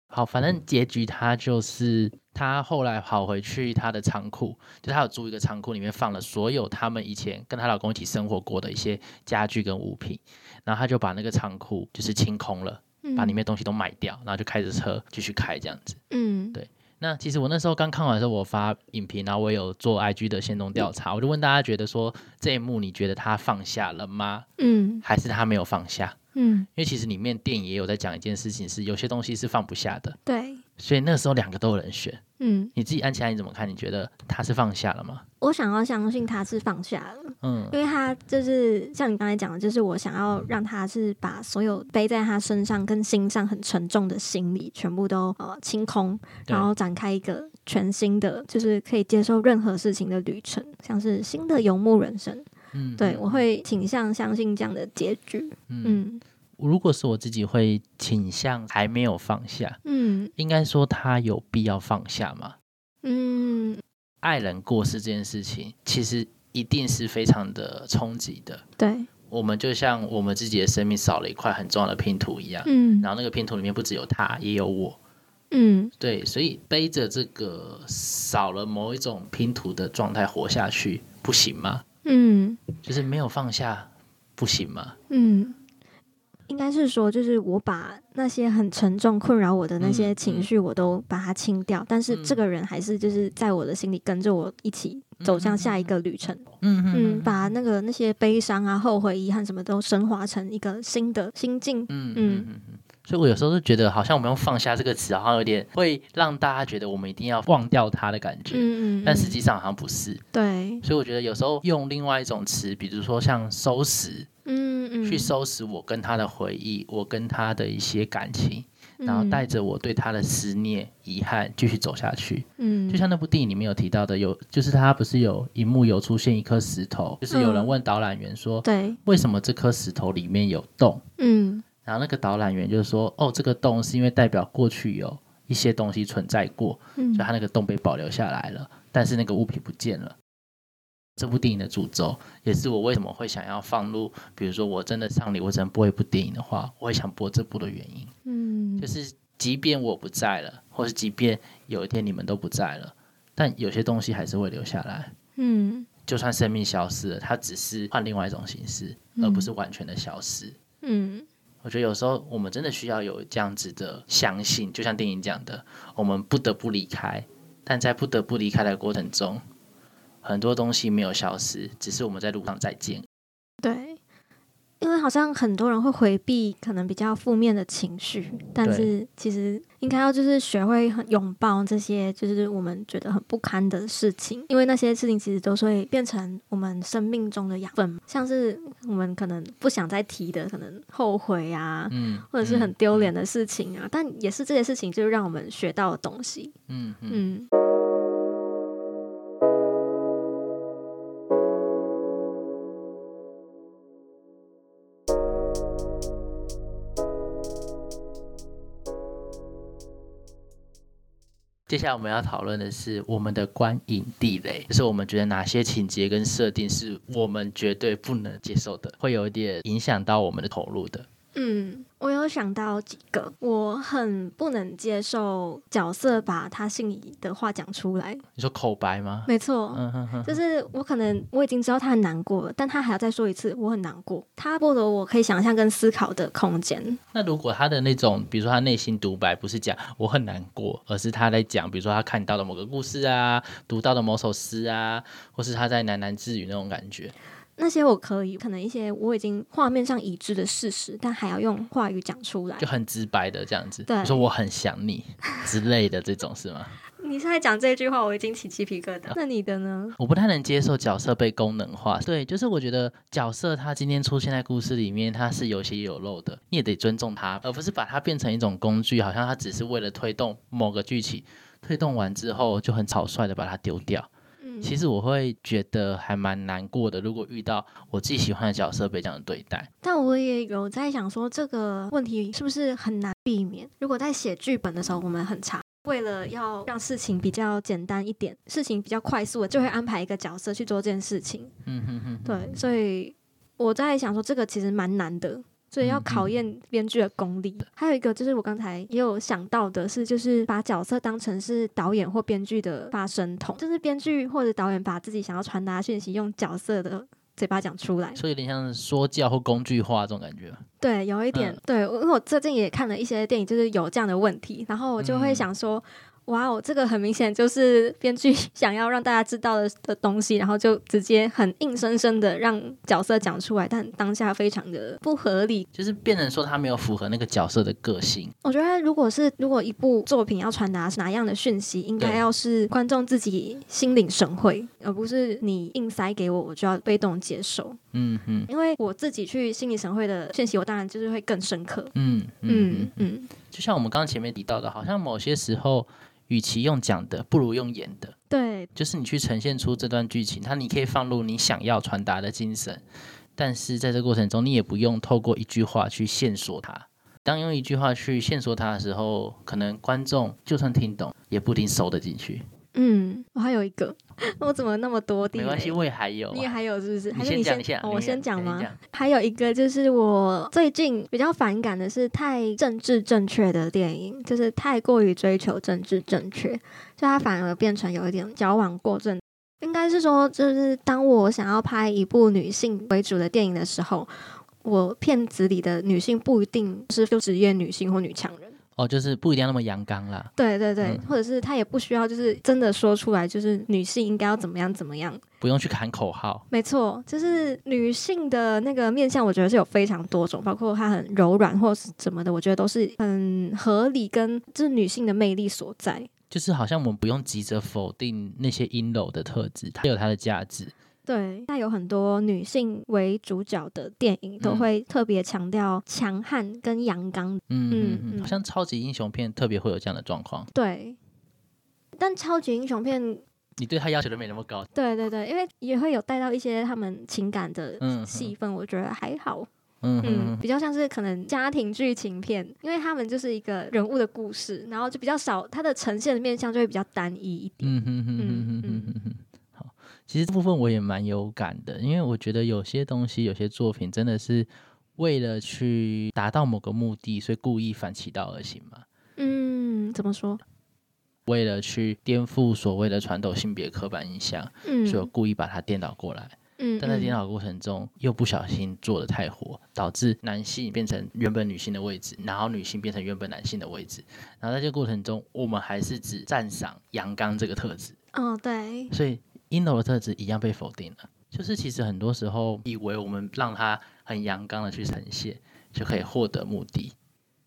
S1: 好，反正结局他就是他后来跑回去他的仓库，就他有租一个仓库，里面放了所有他们以前跟她老公一起生活过的一些家具跟物品，然后他就把那个仓库就是清空了，把里面东西都卖掉，然后就开着车继续开这样子。
S2: 嗯
S1: 那其实我那时候刚看完的时候，我发影评，然后我有做 IG 的线动调查，我就问大家觉得说这一幕你觉得他放下了吗？
S2: 嗯
S1: 还是他没有放下？
S2: 嗯，
S1: 因为其实里面电影也有在讲一件事情，是有些东西是放不下的，
S2: 对，
S1: 所以那时候两个都有人选。
S2: 嗯，
S1: 你自己安琪拉你怎么看？你觉得他是放下了吗？
S2: 我想要相信他是放下了，
S1: 嗯
S2: 因为他就是像你刚才讲的，就是我想要让他是把所有背在他身上跟心上很沉重的行李全部都呃清空，
S1: 对
S2: 然后展开一个全新的，就是可以接受任何事情的旅程，像是新的游牧人生。
S1: 嗯，
S2: 对我会倾向相信这样的结局。
S1: 嗯，
S2: 嗯
S1: 如果是我自己会倾向还没有放下，
S2: 嗯
S1: 应该说他有必要放下吗？
S2: 嗯，
S1: 爱人过世这件事情，其实一定是非常的冲击的。
S2: 对，
S1: 我们就像我们自己的生命少了一块很重要的拼图一样，
S2: 嗯
S1: 然后那个拼图里面不只有他，也有我。
S2: 嗯
S1: 对，所以背着这个少了某一种拼图的状态活下去，不行吗？
S2: 嗯
S1: 就是没有放下，不行吗？
S2: 嗯。应该是说，就是我把那些很沉重困扰我的那
S1: 嗯
S2: 些情绪，我都把它清掉，但是这个人还是就是在我的心里跟着我一起走向下一个旅程。
S1: 嗯
S2: 嗯，把那个那些悲伤啊、后悔、遗憾什么都升华成一个新的心境。
S1: 嗯
S2: 嗯
S1: 嗯嗯。所以我有时候就觉得，好像我们用“放下”这个词，好像有点会让大家觉得我们一定要忘掉它的感觉，
S2: 嗯嗯，
S1: 但实际上好像不是。
S2: 对，
S1: 所以我觉得有时候用另外一种词，比如说像收拾，
S2: 嗯嗯，
S1: 去收拾我跟他的回忆，我跟他的一些感情，
S2: 嗯
S1: 然后带着我对他的思念、遗憾继续走下去。
S2: 嗯，嗯，
S1: 就像那部电影里面有提到的，有就是他不是有一幕有出现一颗石头，就是有
S2: 嗯
S1: 人问导览员说，
S2: 对，
S1: 为什么这颗石头里面有洞？
S2: 嗯
S1: 然后那个导览员就说，哦，这个洞是因为代表过去有一些东西存在过，
S2: 嗯
S1: 所以他那个洞被保留下来了，但是那个物品不见了。这部电影的主轴，也是我为什么会想要放入，比如说我真的上礼，我只能播一部电影的话，我会想播这部的原因。
S2: 嗯
S1: 就是即便我不在了，或是即便有一天你们都不在了，但有些东西还是会留下来。
S2: 嗯
S1: 就算生命消失了，它只是换另外一种形式，
S2: 嗯
S1: 而不是完全的消失。
S2: 嗯
S1: 我觉得有时候我们真的需要有这样子的相信，就像电影讲的，我们不得不离开，但在不得不离开的过程中，很多东西没有消失，只是我们在路上再见。
S2: 对，因为好像很多人会回避可能比较负面的情绪，但是其实应该要就是学会很拥抱这些就是我们觉得很不堪的事情，因为那些事情其实都是会变成我们生命中的养分，像是我们可能不想再提的，可能后悔啊，
S1: 嗯，
S2: 或者是很丢脸的事情啊，但也是这些事情就是让我们学到的东西。
S1: 嗯。嗯嗯
S2: 嗯，
S1: 接下来我们要讨论的是我们的观影地雷，就是我们觉得哪些情节跟设定是我们绝对不能接受的，会有一点影响到我们的投入的。
S2: 嗯，我有想到几个，我很不能接受角色把他心里的话讲出来。
S1: 你说口白吗？
S2: 没错，
S1: 嗯哼哼，
S2: 就是我可能我已经知道他很难过了，但他还要再说一次我很难过。他剥夺我可以想象跟思考的空间。
S1: 那如果他的那种，比如说他内心独白，不是讲我很难过，而是他在讲，比如说他看到的某个故事啊，读到的某首诗啊，或是他在喃喃自语那种感觉。
S2: 那些我可以，可能一些我已经画面上已知的事实，但还要用话语讲出来
S1: 就。很直白的这样子，
S2: 对
S1: 你说我很想你之类的这种是吗？
S2: 你现在讲这句话，我已经起鸡皮疙瘩。那你的呢？
S1: 我不太能接受角色被功能化，对，就是我觉得角色他今天出现在故事里面，他是有血有肉的，你也得尊重他，而不是把它变成一种工具，好像他只是为了推动某个剧情，推动完之后就很草率的把它丢掉。
S2: 嗯，
S1: 其实我会觉得还蛮难过的，如果遇到我自己喜欢的角色被这样对待，
S2: 但我也有在想说，这个问题是不是很难避免？如果在写剧本的时候，我们很常为了要让事情比较简单一点，事情比较快速的，就会安排一个角色去做这件事情。
S1: 嗯哼哼，
S2: 对，所以我在想说，这个其实蛮难的。所以要
S1: 嗯嗯
S2: 考验编剧的功力。还有一个就是我刚才也有想到的是，就是把角色当成是导演或编剧的发声筒，就是编剧或者导演把自己想要传达的讯息用角色的嘴巴讲出来。
S1: 所以有点像是说教或工具化这种感觉。
S2: 对，有一点、
S1: 嗯
S2: 对，因为我最近也看了一些电影，就是有这样的问题，然后我
S1: 嗯
S2: 就会想说，哇哦，这个很明显就是编剧 想要让大家知道的的东西，然后就直接很硬生生的让角色讲出来，但当下非常的不合理。
S1: 就是变成说他没有符合那个角色的个性，
S2: 我觉得，如果是如果一部作品要传达哪样的讯息，应该
S1: 对
S2: 要是观众自己心领神会，而不是你硬塞给我，我就要被动接受。
S1: 嗯哼，
S2: 因为我自己去心领神会的讯息，我当然就是会更深刻。
S1: 嗯嗯嗯
S2: 嗯嗯，
S1: 就像我们刚刚前面提到的，好像某些时候，与其用讲的，不如用演的。
S2: 对
S1: 就是你去呈现出这段剧情，它你可以放入你想要传达的精神，但是在这过程中，你也不用透过一句话去线索它。当用一句话去线索它的时候，可能观众就算听懂，也不一定收得进去。
S2: 嗯，我还有一个， 我怎么那么多地
S1: 没
S2: 雷？
S1: 关系，我也还有、
S2: 你也
S1: 啊。
S2: 还有是不是？还是
S1: 先讲
S2: 先
S1: 一下，
S2: 哦我
S1: 你
S2: 先讲
S1: 你
S2: 吗？还有一个就是我最近比较反感的是太政治正确的电影，就是太过于追求政治正确，所以它反而变成有一点矫枉过正。应该是说，就是当我想要拍一部女性为主的电影的时候，我片子里的女性不一定是就职业女性或女强人。
S1: 哦，就是不一定要那么阳刚啦。
S2: 对对对，
S1: 嗯
S2: 或者是他也不需要，就是真的说出来，就是女性应该要怎么样怎么样。
S1: 不用去喊口号。
S2: 没错，就是女性的那个面相，我觉得是有非常多种，包括她很柔软或是什么的，我觉得都是很合理跟就是女性的魅力所在。
S1: 就是好像我们不用急着否定那些阴柔的特质，它有它的价值。
S2: 对，那有很多女性为主角的电影都
S1: 嗯
S2: 会特别强调强悍跟阳刚。
S1: 嗯
S2: 嗯
S1: 嗯嗯，
S2: 嗯
S1: 好像超级英雄片特别会有这样的状况。
S2: 对，但超级英雄片，
S1: 你对他要求都没那么高，
S2: 对对对，因为也会有带到一些他们情感的
S1: 嗯哼
S2: 戏份，我觉得还好。
S1: 嗯
S2: 嗯，
S1: 嗯
S2: 比较像是可能家庭剧情片，因为他们就是一个人物的故事，然后就比较少，它的呈现的面向就会比较单一一点。
S1: 嗯哼哼哼哼哼哼哼。好，其实这部分我也蛮有感的，因为我觉得有些东西、有些作品真的是为了去达到某个目的，所以故意反其道而行嘛。
S2: 嗯，怎么说？
S1: 为了去颠覆所谓的传统性别刻板印象，所以我
S2: 嗯
S1: 故意把它颠倒过来。
S2: 嗯，
S1: 但在颠
S2: 嗯
S1: 倒的过程中又不小心做的太火，导致男性变成原本女性的位置，然后女性变成原本男性的位置，然后在这个过程中，我们还是只赞赏阳刚这个特质，
S2: 哦，对，
S1: 所以阴柔的特质一样被否定了。就是其实很多时候以为我们让他很阳刚的去呈现，就可以获得目的，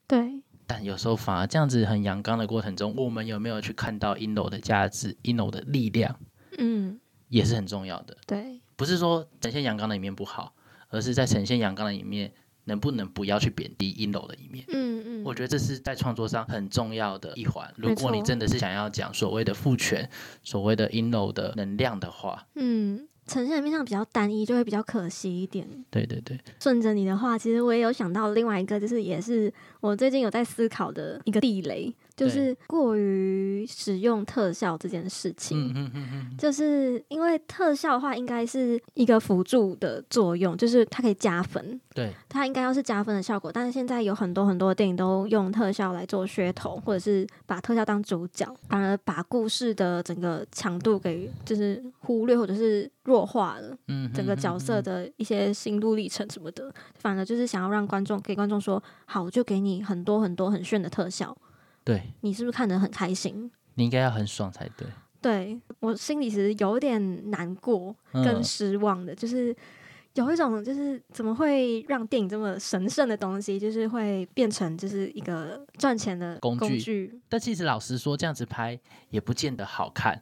S2: 对，
S1: 但有时候反而这样子很阳刚的过程中，我们有没有去看到阴柔的价值、阴柔的力量，
S2: 嗯，
S1: 也是很重要的。
S2: 对，
S1: 不是说呈现阳刚的一面不好，而是在呈现阳刚的一面，能不能不要去贬低阴柔的一面？
S2: 嗯嗯，
S1: 我觉得这是在创作上很重要的一环。如
S2: 没错
S1: 果你真的是想要讲所谓的父权、所谓的阴柔的能量的话，
S2: 嗯，呈现的面上比较单一，就会比较可惜一点。
S1: 对对对，
S2: 顺着你的话，其实我也有想到另外一个，就是也是我最近有在思考的一个地雷，就是过于使用特效这件事情。
S1: 嗯嗯嗯嗯，
S2: 就是因为特效的话，应该是一个辅助的作用，就是它可以加分，
S1: 对
S2: 它应该要是加分的效果。但是现在有很多很多的电影都用特效来做噱头，或者是把特效当主角，反而把故事的整个强度给就是忽略或者是弱化了。
S1: 嗯，
S2: 整个角色的一些心路历程什么的，反而就是想要让观众给观众说，好，我就给你很多很多很炫的特效，
S1: 对
S2: 你是不是看得很开心？
S1: 你应该要很爽才对，
S2: 对我心里其实有点难过跟
S1: 嗯，
S2: 失望的，就是有一种就是怎么会让电影这么神圣的东西，就是会变成就是一个赚钱的
S1: 工具
S2: 工具
S1: 但其实老实说，这样子拍也不见得好看。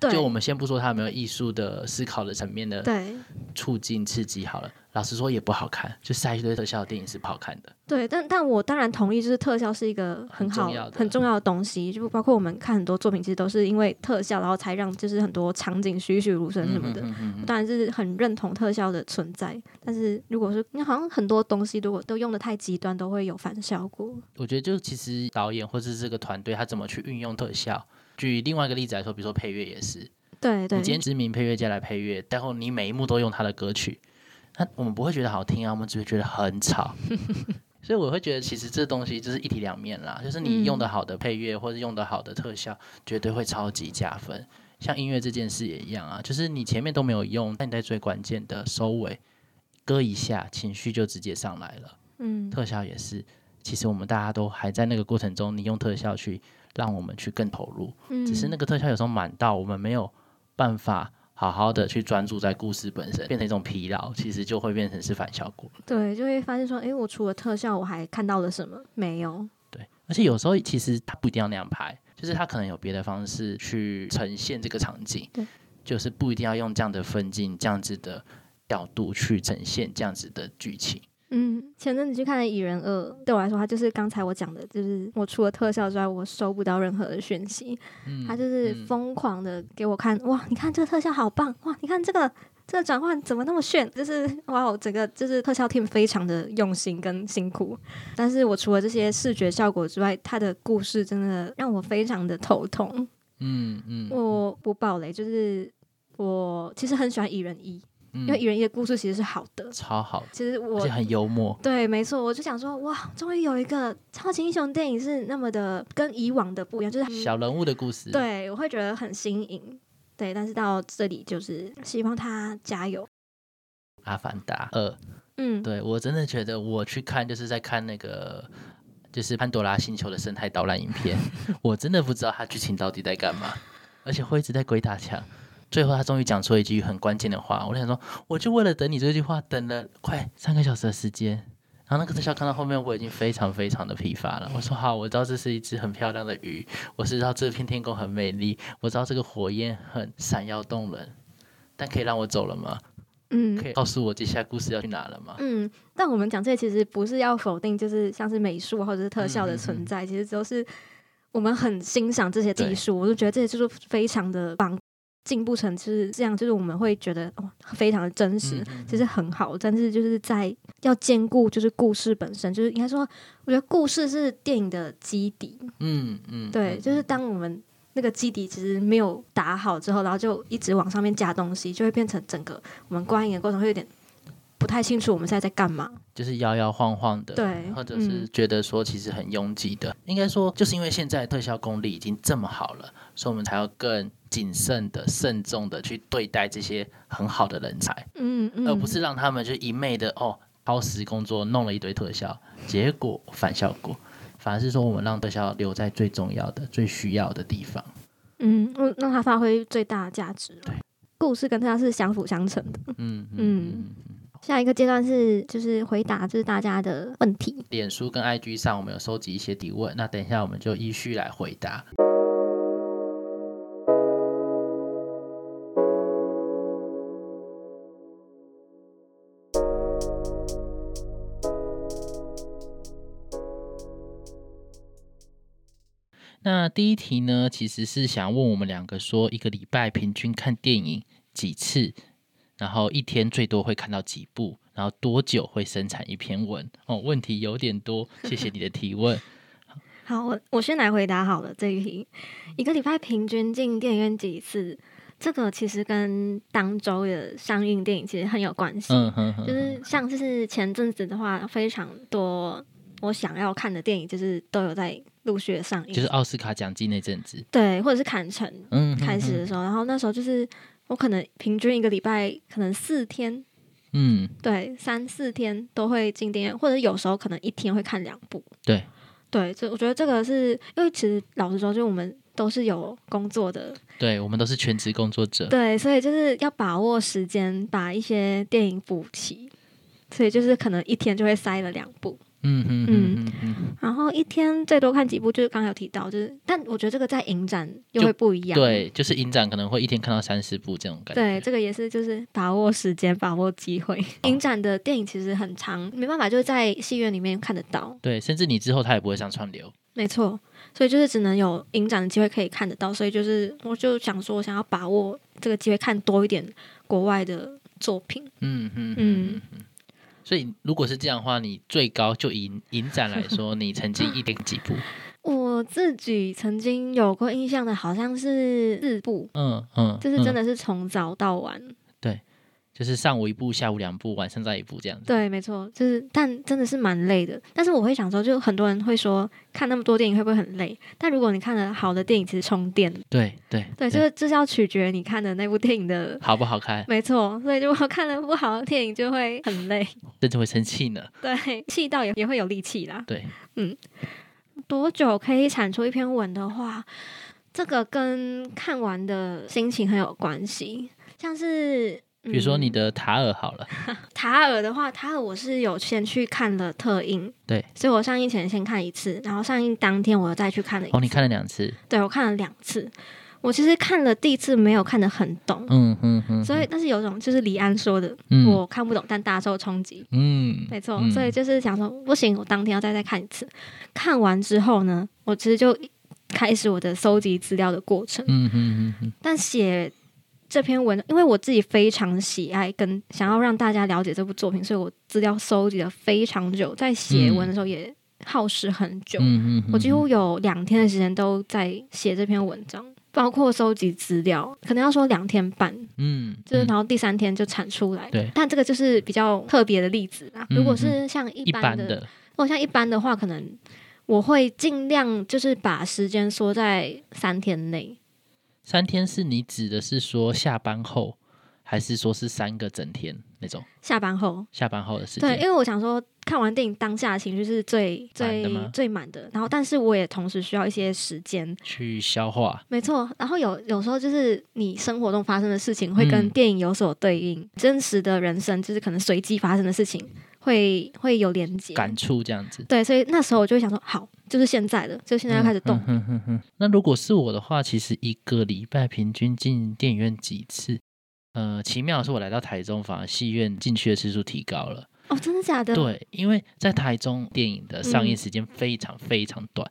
S2: 对
S1: 就我们先不说它有没有艺术的思考的层面的
S2: 对
S1: 促进刺激好了。老实说也不好看，就塞一堆特效的电影是不好看的。
S2: 对，但但我当然同意，就是特效是一个很好、
S1: 很重要
S2: 要
S1: 的
S2: 的东西，就包括我们看很多作品，其实都是因为特效，然后才让就是很多场景栩栩如生什么的。
S1: 嗯嗯嗯嗯
S2: 当然是很认同特效的存在，但是如果是因为好像很多东西，如果都用的太极端，都会有反效果。
S1: 我觉得就其实导演或是这个团队他怎么去运用特效。举另外一个例子来说，比如说配乐也是，
S2: 对对
S1: 你今天知名配乐家来配乐，然后你每一幕都用他的歌曲，那我们不会觉得好听啊，我们只会觉得很吵。所以我会觉得，其实这东西就是一体两面啦，就是你用的好的配乐或者用的好的特效，绝对会超级加分。像音乐这件事也一样啊，就是你前面都没有用，但你在最关键的收尾，歌一下，情绪就直接上来了。
S2: 嗯，
S1: 特效也是，其实我们大家都还在那个过程中，你用特效去让我们去更投入，只是那
S2: 个
S1: 个特效有时候满到我们没有办法好好的去专注在故事本身，变成一种疲劳，其实就会变成是反效果。
S2: 对，就会发现说，诶，我除了特效，我还看到了什么？没有。
S1: 对，而且有时候其实他不一定要那样拍，就是他可能有别的方式去呈现这个场景
S2: 对，
S1: 就是不一定要用这样的分镜、这样子的角度去呈现这样子的剧情。
S2: 嗯，前阵子去看了《蚁人二》，对我来说，它就是刚才我讲的，就是我除了特效之外，我收不到任何的讯息。
S1: 嗯
S2: 他就是
S1: 嗯
S2: 疯狂的给我看，哇，你看这个特效好棒，哇，你看这个这个转换怎么那么炫，就是哇，我整个就是特效 team 非常的用心跟辛苦。但是我除了这些视觉效果之外，他的故事真的让我非常的头痛。
S1: 嗯嗯，
S2: 我不爆雷，就是我其实很喜欢蚁人一，
S1: 因
S2: 因为蚁人一的故事其实是好的。
S1: 嗯超好，
S2: 其实
S1: 而
S2: 我
S1: 且很幽默。
S2: 对，没错，我就想说，哇，终于有一个超级英雄电影是那么的跟以往的不一样，就是
S1: 小人物的故事，，
S2: 嗯对我会觉得很新颖。对，但是到这里就是希望他加油。
S1: 《阿凡达二》
S2: 嗯，
S1: 对我真的觉得我去看就是在看那个就是潘多拉星球的生态导览影片，我真的不知道它剧情到底在干嘛，而且会一直在鬼打墙。最后他终于讲出一句很关键的话，我就想说，我就为了等你这句话等了快三个小时的时间。然后那个特效看到后面，我已经非常非常的疲乏了。我说好，我知道这是一只很漂亮的鱼，我知道这片天空很美丽，我知道这个火焰很闪耀动人，但可以让我走了吗？可
S2: 嗯
S1: 以告诉我接下来故事要去哪了吗？
S2: 嗯，但我们讲这些其实不是要否定，就是像是美术或者是特效的存
S1: 嗯
S2: 在，其实都是我们很欣赏这些技术，我就觉得这些技术非常的棒，进步成就是这样，就是我们会觉得哦，非常的真实。
S1: 嗯嗯
S2: 其实很好，但是就是在要兼顾就是故事本身，就是应该说，我觉得故事是电影的基底，
S1: 嗯嗯，
S2: 对，
S1: 嗯
S2: 就是当我们那个基底其实没有打好之后，然后就一直往上面加东西，就会变成整个我们观影的过程会有点不太清楚我们现在在干嘛。
S1: 就是摇摇晃晃的，
S2: 对
S1: 或者是
S2: 嗯
S1: 觉得说其实很拥挤的。应该说，就是因为现在特效功力已经这么好了，所以我们才要更谨慎的、慎重的去对待这些很好的人才，
S2: 嗯嗯，
S1: 而不是让他们就一昧的哦超时工作，弄了一堆特效，结果反效果。反而是说，我们让特效留在最重要的、最需要的地方。
S2: 嗯，让让它发挥最大的价值。
S1: 对，
S2: 故事跟它是相辅相成的。
S1: 嗯嗯
S2: 嗯
S1: 嗯。
S2: 下一个阶段是就是回答就是大家的问题。
S1: 脸书跟 IG 上，我们有收集一些提问，那等一下我们就依序来回答。那第一题呢，其实是想问我们两个说，一个礼拜平均看电影几次，然后一天最多会看到几部，然后多久会生产一篇文？哦，问题有点多，谢谢你的提问。
S2: 好，我我先来回答好了这一题。一个礼拜平均进电影院几次？这个其实跟当周的上映电影其实很有关系。
S1: 嗯哼哼，
S2: 就是像就是前阵子的话，非常多我想要看的电影，就是都有在陆续地上映，
S1: 就是奥斯卡奖季那阵子，
S2: 对，或者是砍成
S1: 嗯，
S2: 开始的时候，然后那时候就是我可能平均一个礼拜可能四天，
S1: 嗯，嗯，
S2: 对，三四天都会进电影院，或者有时候可能一天会看两部，
S1: 对，
S2: 对，这我觉得这个是因为其实老实说，就我们都是有工作的，
S1: 对，我们都是全职工作者，
S2: 对，所以就是要把握时间，把一些电影补齐。所以就是可能一天就会塞了两部，
S1: 嗯哼嗯嗯嗯，
S2: 然后一天最多看几部，就是刚才有提到，就是，但我觉得这个在影展又会不一样。
S1: 对，就是影展可能会一天看到三四部这种感觉，哦
S2: 对，这个也是就是把握时间，把握机会。影展的电影其实很长，没办法，就是在戏院里面看得到，
S1: 对，甚至你之后它也不会上串流，
S2: 没错。所以就是只能有影展的机会可以看得到，所以就是我就想说，我想要把握这个机会看多一点国外的作品。
S1: 嗯嗯
S2: 嗯
S1: 嗯嗯。所以如果是这样的话，你最高就以影展来说，你曾经一天几部？
S2: 我自己曾经有过印象的，好像是四部，
S1: 嗯嗯，
S2: 就是真
S1: 嗯，
S2: 的是从早到晚。
S1: 就是上午一部，下午两部，晚上再一部这样子。
S2: 对，没错，就是但真的是蛮累的。但是我会想说，就很多人会说看那么多电影会不会很累？但如果你看了好的电影，其实充电
S1: 对对
S2: 对，就是就是要取决你看的那部电影的，
S1: 好不好看，
S2: 没错。所以如果看了不好的电影，就会很累，
S1: 甚至会生气呢。
S2: 对，气到也也会有力气啦。
S1: 对，
S2: 多久可以产出一篇文的话，这个跟看完的心情很有关系，像是。
S1: 比如说你
S2: 嗯
S1: 的塔尔好了，
S2: 塔尔的话，塔尔我是有先去看了特映，
S1: 对，
S2: 所以我上映前先看一次，然后上映当天我又再去看了一次，
S1: 哦，你看了两次，
S2: 对我看了两次。我其实看了第一次没有看得很懂，
S1: 嗯嗯嗯，
S2: 所以但是有种就是李安说的，
S1: 嗯
S2: 我看不懂，但大受冲击，
S1: 嗯，
S2: 没错，
S1: 嗯
S2: 所以就是想说不行，我当天要再再看一次。看完之后呢，我其实就开始我的搜集资料的过程，
S1: 嗯嗯嗯嗯，
S2: 但写这篇文，因为我自己非常喜爱跟想要让大家了解这部作品，所以我资料搜集的非常久，在写文的时候也耗时很久。
S1: 嗯嗯，
S2: 我几乎有两天的时间都在写这篇文章，包括收集资料，可能要说两天半，
S1: 嗯，
S2: 就是然后第三天就产出来。
S1: 对
S2: 但这个就是比较特别的例子啦。
S1: 嗯
S2: 如果是像一
S1: 一
S2: 般
S1: 般
S2: 的，
S1: 的，
S2: 如哦果像一般的话，可能我会尽量就是把时间缩在三天内。
S1: 三天是你指的是说下班后，还是说是三个整天那种
S2: 下班后，
S1: 下班后的时
S2: 对，因
S1: 间？
S2: 为我想说，看完电影当下的情绪是最
S1: 满的
S2: 最
S1: 吗
S2: 最满的，然后但是我也同时需要一些时间，
S1: 去消化，
S2: 没错。然后有有时候就是你生活中发生的事情会跟
S1: 嗯
S2: 电影有所对应，真实的人生就是可能随机发生的事情会会有连接。
S1: 感触这样子。
S2: 对，所以那时候我就会想说，好，就是现在的，就现在要开始动。
S1: 嗯哼哼哼。那如果是我的话，其实一个礼拜平均进电影院几次？呃，奇妙的是，我来到台中，反而戏院进去的次数提高了。
S2: 哦，真的假的？
S1: 对，因为在台中电影的上映
S2: 嗯
S1: 时间非常非常短，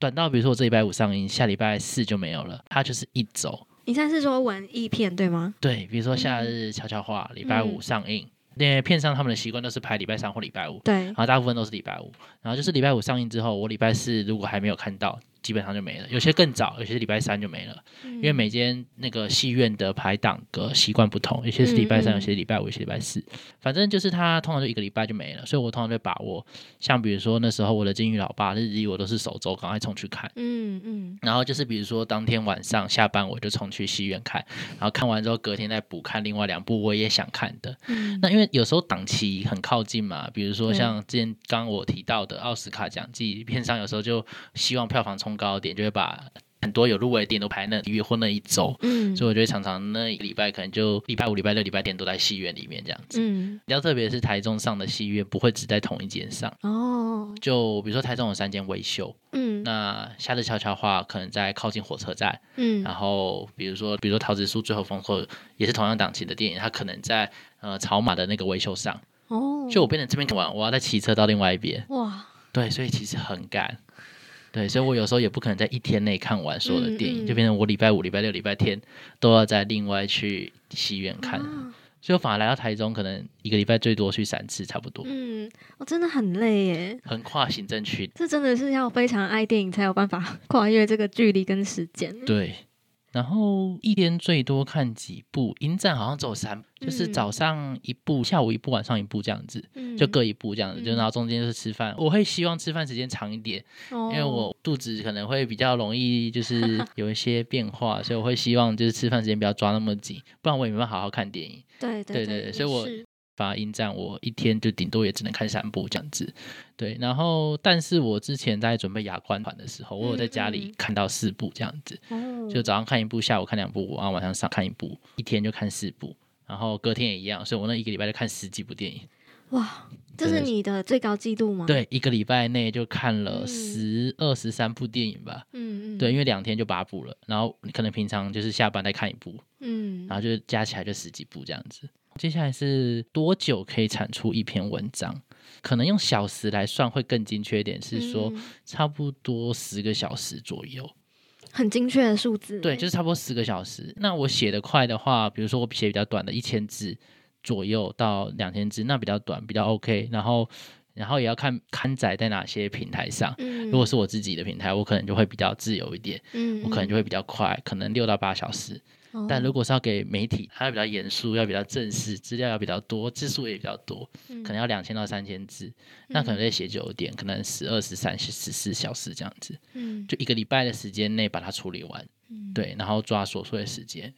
S1: 短到比如说我这礼拜五上映，下礼拜四就没有了，它就是一周。
S2: 你现在是说文艺片对吗？
S1: 对，比如
S2: 嗯
S1: 说夏日悄悄话，礼拜五上映，因为片商他们的习惯都是拍礼拜三或礼拜五，
S2: 对
S1: 然，后大部分都是礼拜五，然后就是礼拜五上映之后，我礼拜四如果还没有看到，基本上就没了，有些更早，有些礼拜三就没了，因
S2: 嗯
S1: 为每间那个戏院的排档格习惯不同，有些是礼拜
S2: 嗯嗯
S1: 三，有些是礼拜五，有些礼拜四，反正就是它通常就一个礼拜就没了，所以我通常就把握，像比如说那时候我的金鱼老爸日一，我都是首周赶快冲去看。
S2: 嗯嗯，
S1: 然后就是比如说当天晚上下班我就冲去戏院看，然后看完之后隔天再补看另外两部我也想看的。
S2: 嗯
S1: 那因为有时候档期很靠近嘛，比如说
S2: 对
S1: 像之前刚刚我提到的奥斯卡奖季，片商有时候就希望票房冲高一点，就会把很多有入围的电影都排那月或那一周。
S2: 嗯
S1: 所以我觉得常常那一个礼拜可能就礼拜五、礼拜六、礼拜天都在戏院里面这样子。
S2: 嗯
S1: 比较特别是台中上的戏院不会只在同一间上，
S2: 哦
S1: 就比如说台中有三间维修，
S2: 嗯
S1: 那夏日悄悄话可能在靠近火车站，
S2: 嗯
S1: 然后比如说比如说桃子树最后封口也是同样档期的电影，它可能在呃草马的那个维修上，
S2: 哦，
S1: 就我变成这边看完，我要再骑车到另外一边，
S2: 哇
S1: 对，所以其实很赶。对，所以我有时候也不可能在一天内看完所有的电
S2: 嗯
S1: 影，
S2: 嗯
S1: 就变成我礼拜五、礼拜六、礼拜天都要再另外去戏院看，
S2: 啊
S1: 所以我反而来到台中，可能一个礼拜最多去三次，差不多，
S2: 嗯，我真的很累耶。
S1: 横跨行政区。
S2: 这真的是要非常爱电影才有办法跨越这个距离跟时间。
S1: 对，然后一天最多看几部，影展好像只有三，就是
S2: 嗯
S1: 早上一部，下午一部，晚上一部这样子，
S2: 嗯
S1: 就各一部这样子，就
S2: 嗯
S1: 然后中间就是吃饭。我会希望吃饭时间长一点，
S2: 因
S1: 因为我肚子可能会比较容易就是 有一些变化，所以我会希望就是吃饭时间不要抓那么紧，不然我也没办法好好看电影。
S2: 对
S1: 对对
S2: 对
S1: 对所以我
S2: 也是
S1: 反而影展我一天就顶多也只能看三部这样子，对。然后，但是我之前在准备亚冠团的时候，我有在家
S2: 嗯
S1: 里
S2: 嗯
S1: 看到四部这样子，
S2: 哦
S1: 就早上看一部，下午看两部，然后晚上上看一部，一天就看四部，然后隔天也一样，所以我那一个礼拜就看十几部电影，
S2: 哇，这是
S1: 真的是
S2: 你的最高纪录吗？，
S1: 对，一个礼拜内就看了
S2: 嗯
S1: 十二十三部电影吧，
S2: 嗯嗯，
S1: 对，，因为两天就八部了，然后你可能平常就是下班再看一部，
S2: 嗯
S1: 然后就加起来就十几部这样子。接下来是多久可以产出一篇文章？可能用小时来算会更精确一点，是说
S2: 嗯
S1: 差不多十个小时左右。
S2: 很精确的数字耶，
S1: 对，就是差不多十个小时。那我写的快的话，比如说我写比较短的，一千字左右到两千字，那比较短，比较 OK。然后，然后也要看刊载在哪些平台上。
S2: 嗯，
S1: 如果是我自己的平台，我可能就会比较自由一点，
S2: 嗯，
S1: 我可能就会比较快，可能六到八小时。
S2: 嗯，
S1: 但
S2: 哦
S1: 如果是要给媒体，它要比较严肃，要比较正式，资料要比较多，字数也比较多，
S2: 嗯
S1: 可能要两千到三千字。那可能在写久一点，可能十二、十三、十四小时这样子，
S2: 嗯，
S1: 就一个礼拜的时间内把它处理完。
S2: 嗯
S1: 对，然后抓琐碎的时间，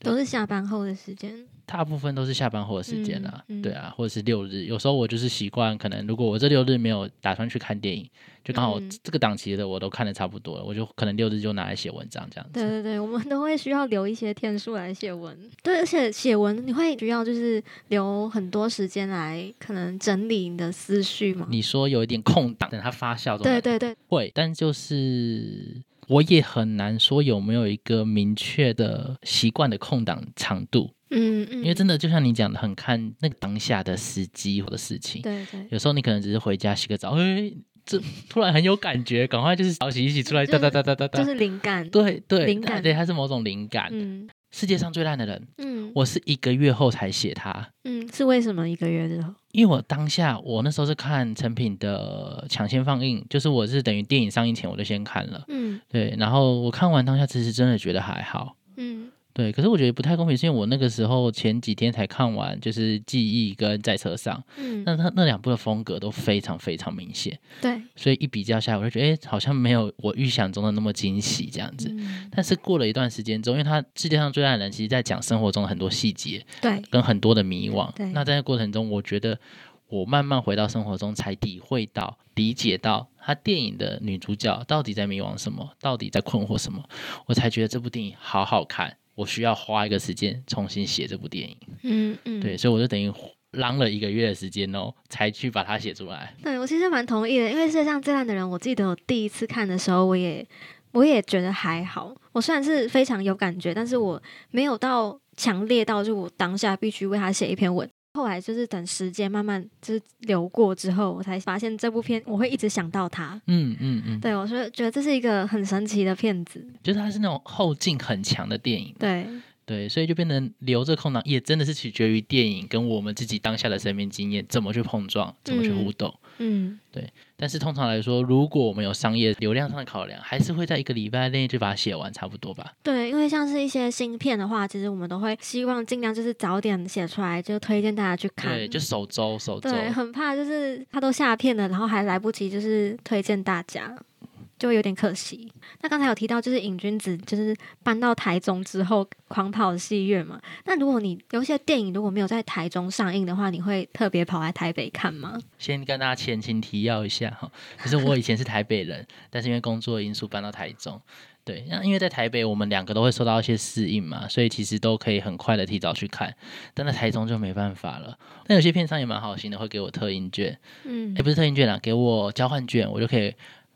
S2: 都是下班后的时间，
S1: 大部分都是下班后的时间啦、
S2: 嗯嗯
S1: 对啊，或者是六日。有时候我就是习惯，可能如果我这六日没有打算去看电影，就刚好
S2: 嗯
S1: 这个档期的我都看的差不多了，我就可能六日就拿来写文章这样
S2: 对
S1: 子。
S2: 对对，我们都会需要留一些天数来写文，对，而且写文你会需要就是留很多时间来可能整理你的思绪嘛，
S1: 你说有一点空档，等它发酵，
S2: 对对对，
S1: 会，但就是我也很难说有没有一个明确的习惯的空档长度，
S2: 嗯嗯，
S1: 因为真的就像你讲的，很看那个当下的时机或者事情。
S2: 对对。
S1: 有时候你可能只是回家洗个澡，哎，这突然很有感觉，赶快就是澡洗一洗出来，哒哒哒哒哒
S2: 就
S1: 哒。
S2: 是灵感，
S1: 对对，
S2: 灵感
S1: 对，它是某种灵感。
S2: 嗯
S1: 世界上最烂的人，
S2: 嗯，
S1: 我是一个月后才写他，
S2: 嗯是为什么一个月之后？
S1: 因为我当下我那时候是看成品的抢先放映，就是我是等于电影上映前我就先看了。
S2: 嗯
S1: 对，然后我看完当下，其实真的觉得还好。
S2: 嗯
S1: 对，可是我觉得不太公平，是因为我那个时候前几天才看完，就是《记忆》跟《在车上》，
S2: 嗯，
S1: 那它那两部的风格都非常非常明显，
S2: 对，
S1: 所以一比较下来，我就觉得，哎，好像没有我预想中的那么惊喜这样子。
S2: 嗯
S1: 但是过了一段时间之后，因为它《世界上最爱的人》其实在讲生活中的很多细节
S2: 对，
S1: 跟很多的迷惘
S2: 对，
S1: 那在那过程中，我觉得我慢慢回到生活中，才体会到、理解到他电影的女主角到底在迷惘什么，到底在困惑什么，我才觉得这部电影好好看。我需要花一个时间重新写这部电影，
S2: 嗯嗯，
S1: 对，所以我就等于浪了一个月的时间哦，才去把它写出来。
S2: 对我其实蛮同意的，因为《世界上最烂的人》，我记得我第一次看的时候，我也我也觉得还好。我虽然是非常有感觉，但是我没有到强烈到就我当下必须为他写一篇文。后来就是等时间慢慢就是流过之后，我才发现这部片我会一直想到他。
S1: 嗯嗯嗯，
S2: 对我说觉得这是一个很神奇的片子。
S1: 就是它是那种后劲很强的电影，
S2: 对，
S1: 对，所以就变成留着空档，也真的是取决于电影跟我们自己当下的生命经验怎么去碰撞，怎么去互动。
S2: 嗯，
S1: 但是通常来说，如果我们有商业流量上的考量，还是会在一个礼拜内就把它写完，差不多吧。
S2: 对，因为像是一些新片的话，其实我们都会希望尽量就是早点写出来，就推荐大家去看。
S1: 对，就首周首周。
S2: 对，很怕就是他都下片了，然后还来不及就是推荐大家，就会有点可惜。那刚才有提到就是瘾君子就是搬到台中之后狂跑戏院嘛，那如果你有一些电影如果没有在台中上映的话，你会特别跑来台北看吗？
S1: 先跟大家前情提要一下哈，就是我以前是台北人，但是因为工作因素搬到台中。对，那因为在台北，我们两个都会受到一些适应嘛，所以其实都可以很快的提早去看。但在台中就没办法了。但有些片商也蛮好心的，会给我特映券，
S2: 嗯
S1: 也、不是特映券啦，给我交换券，我就可以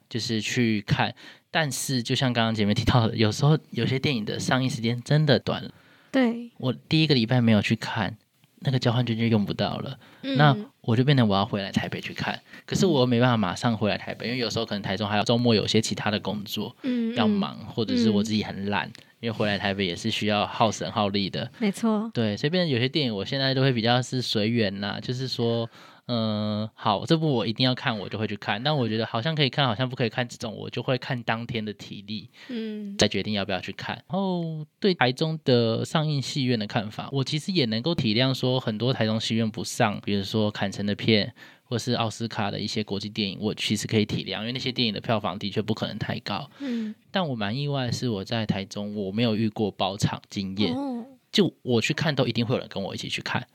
S1: 就是去看。但是就像刚刚姐妹提到的，有时候有些电影的上映时间真的短，
S2: 对，
S1: 我第一个礼拜没有去看，那个交换券就用不到了。
S2: 嗯
S1: 那我就变成我要回来台北去看，可是我又没办法马上回来台北，因为有时候可能台中还有周末有些其他的工作
S2: 嗯
S1: 要
S2: 嗯
S1: 忙，或者是我自己很懒，因为回来台北也是需要耗神耗力的。
S2: 没错，
S1: 对，所以变成有些电影我现在都会比较是随缘啦，就是说，嗯、好，这部我一定要看，我就会去看。但我觉得好像可以看，好像不可以看，这种我就会看当天的体力。
S2: 嗯
S1: 再决定要不要去看。然后对台中的上映戏院的看法，我其实也能够体谅，说很多台中戏院不上，比如说坎城的片，或是奥斯卡的一些国际电影，我其实可以体谅，因为那些电影的票房的确不可能太高。
S2: 嗯，
S1: 但我蛮意外的是，我在台中我没有遇过包场经验，
S2: 哦，
S1: 就我去看都一定会有人跟我一起去看。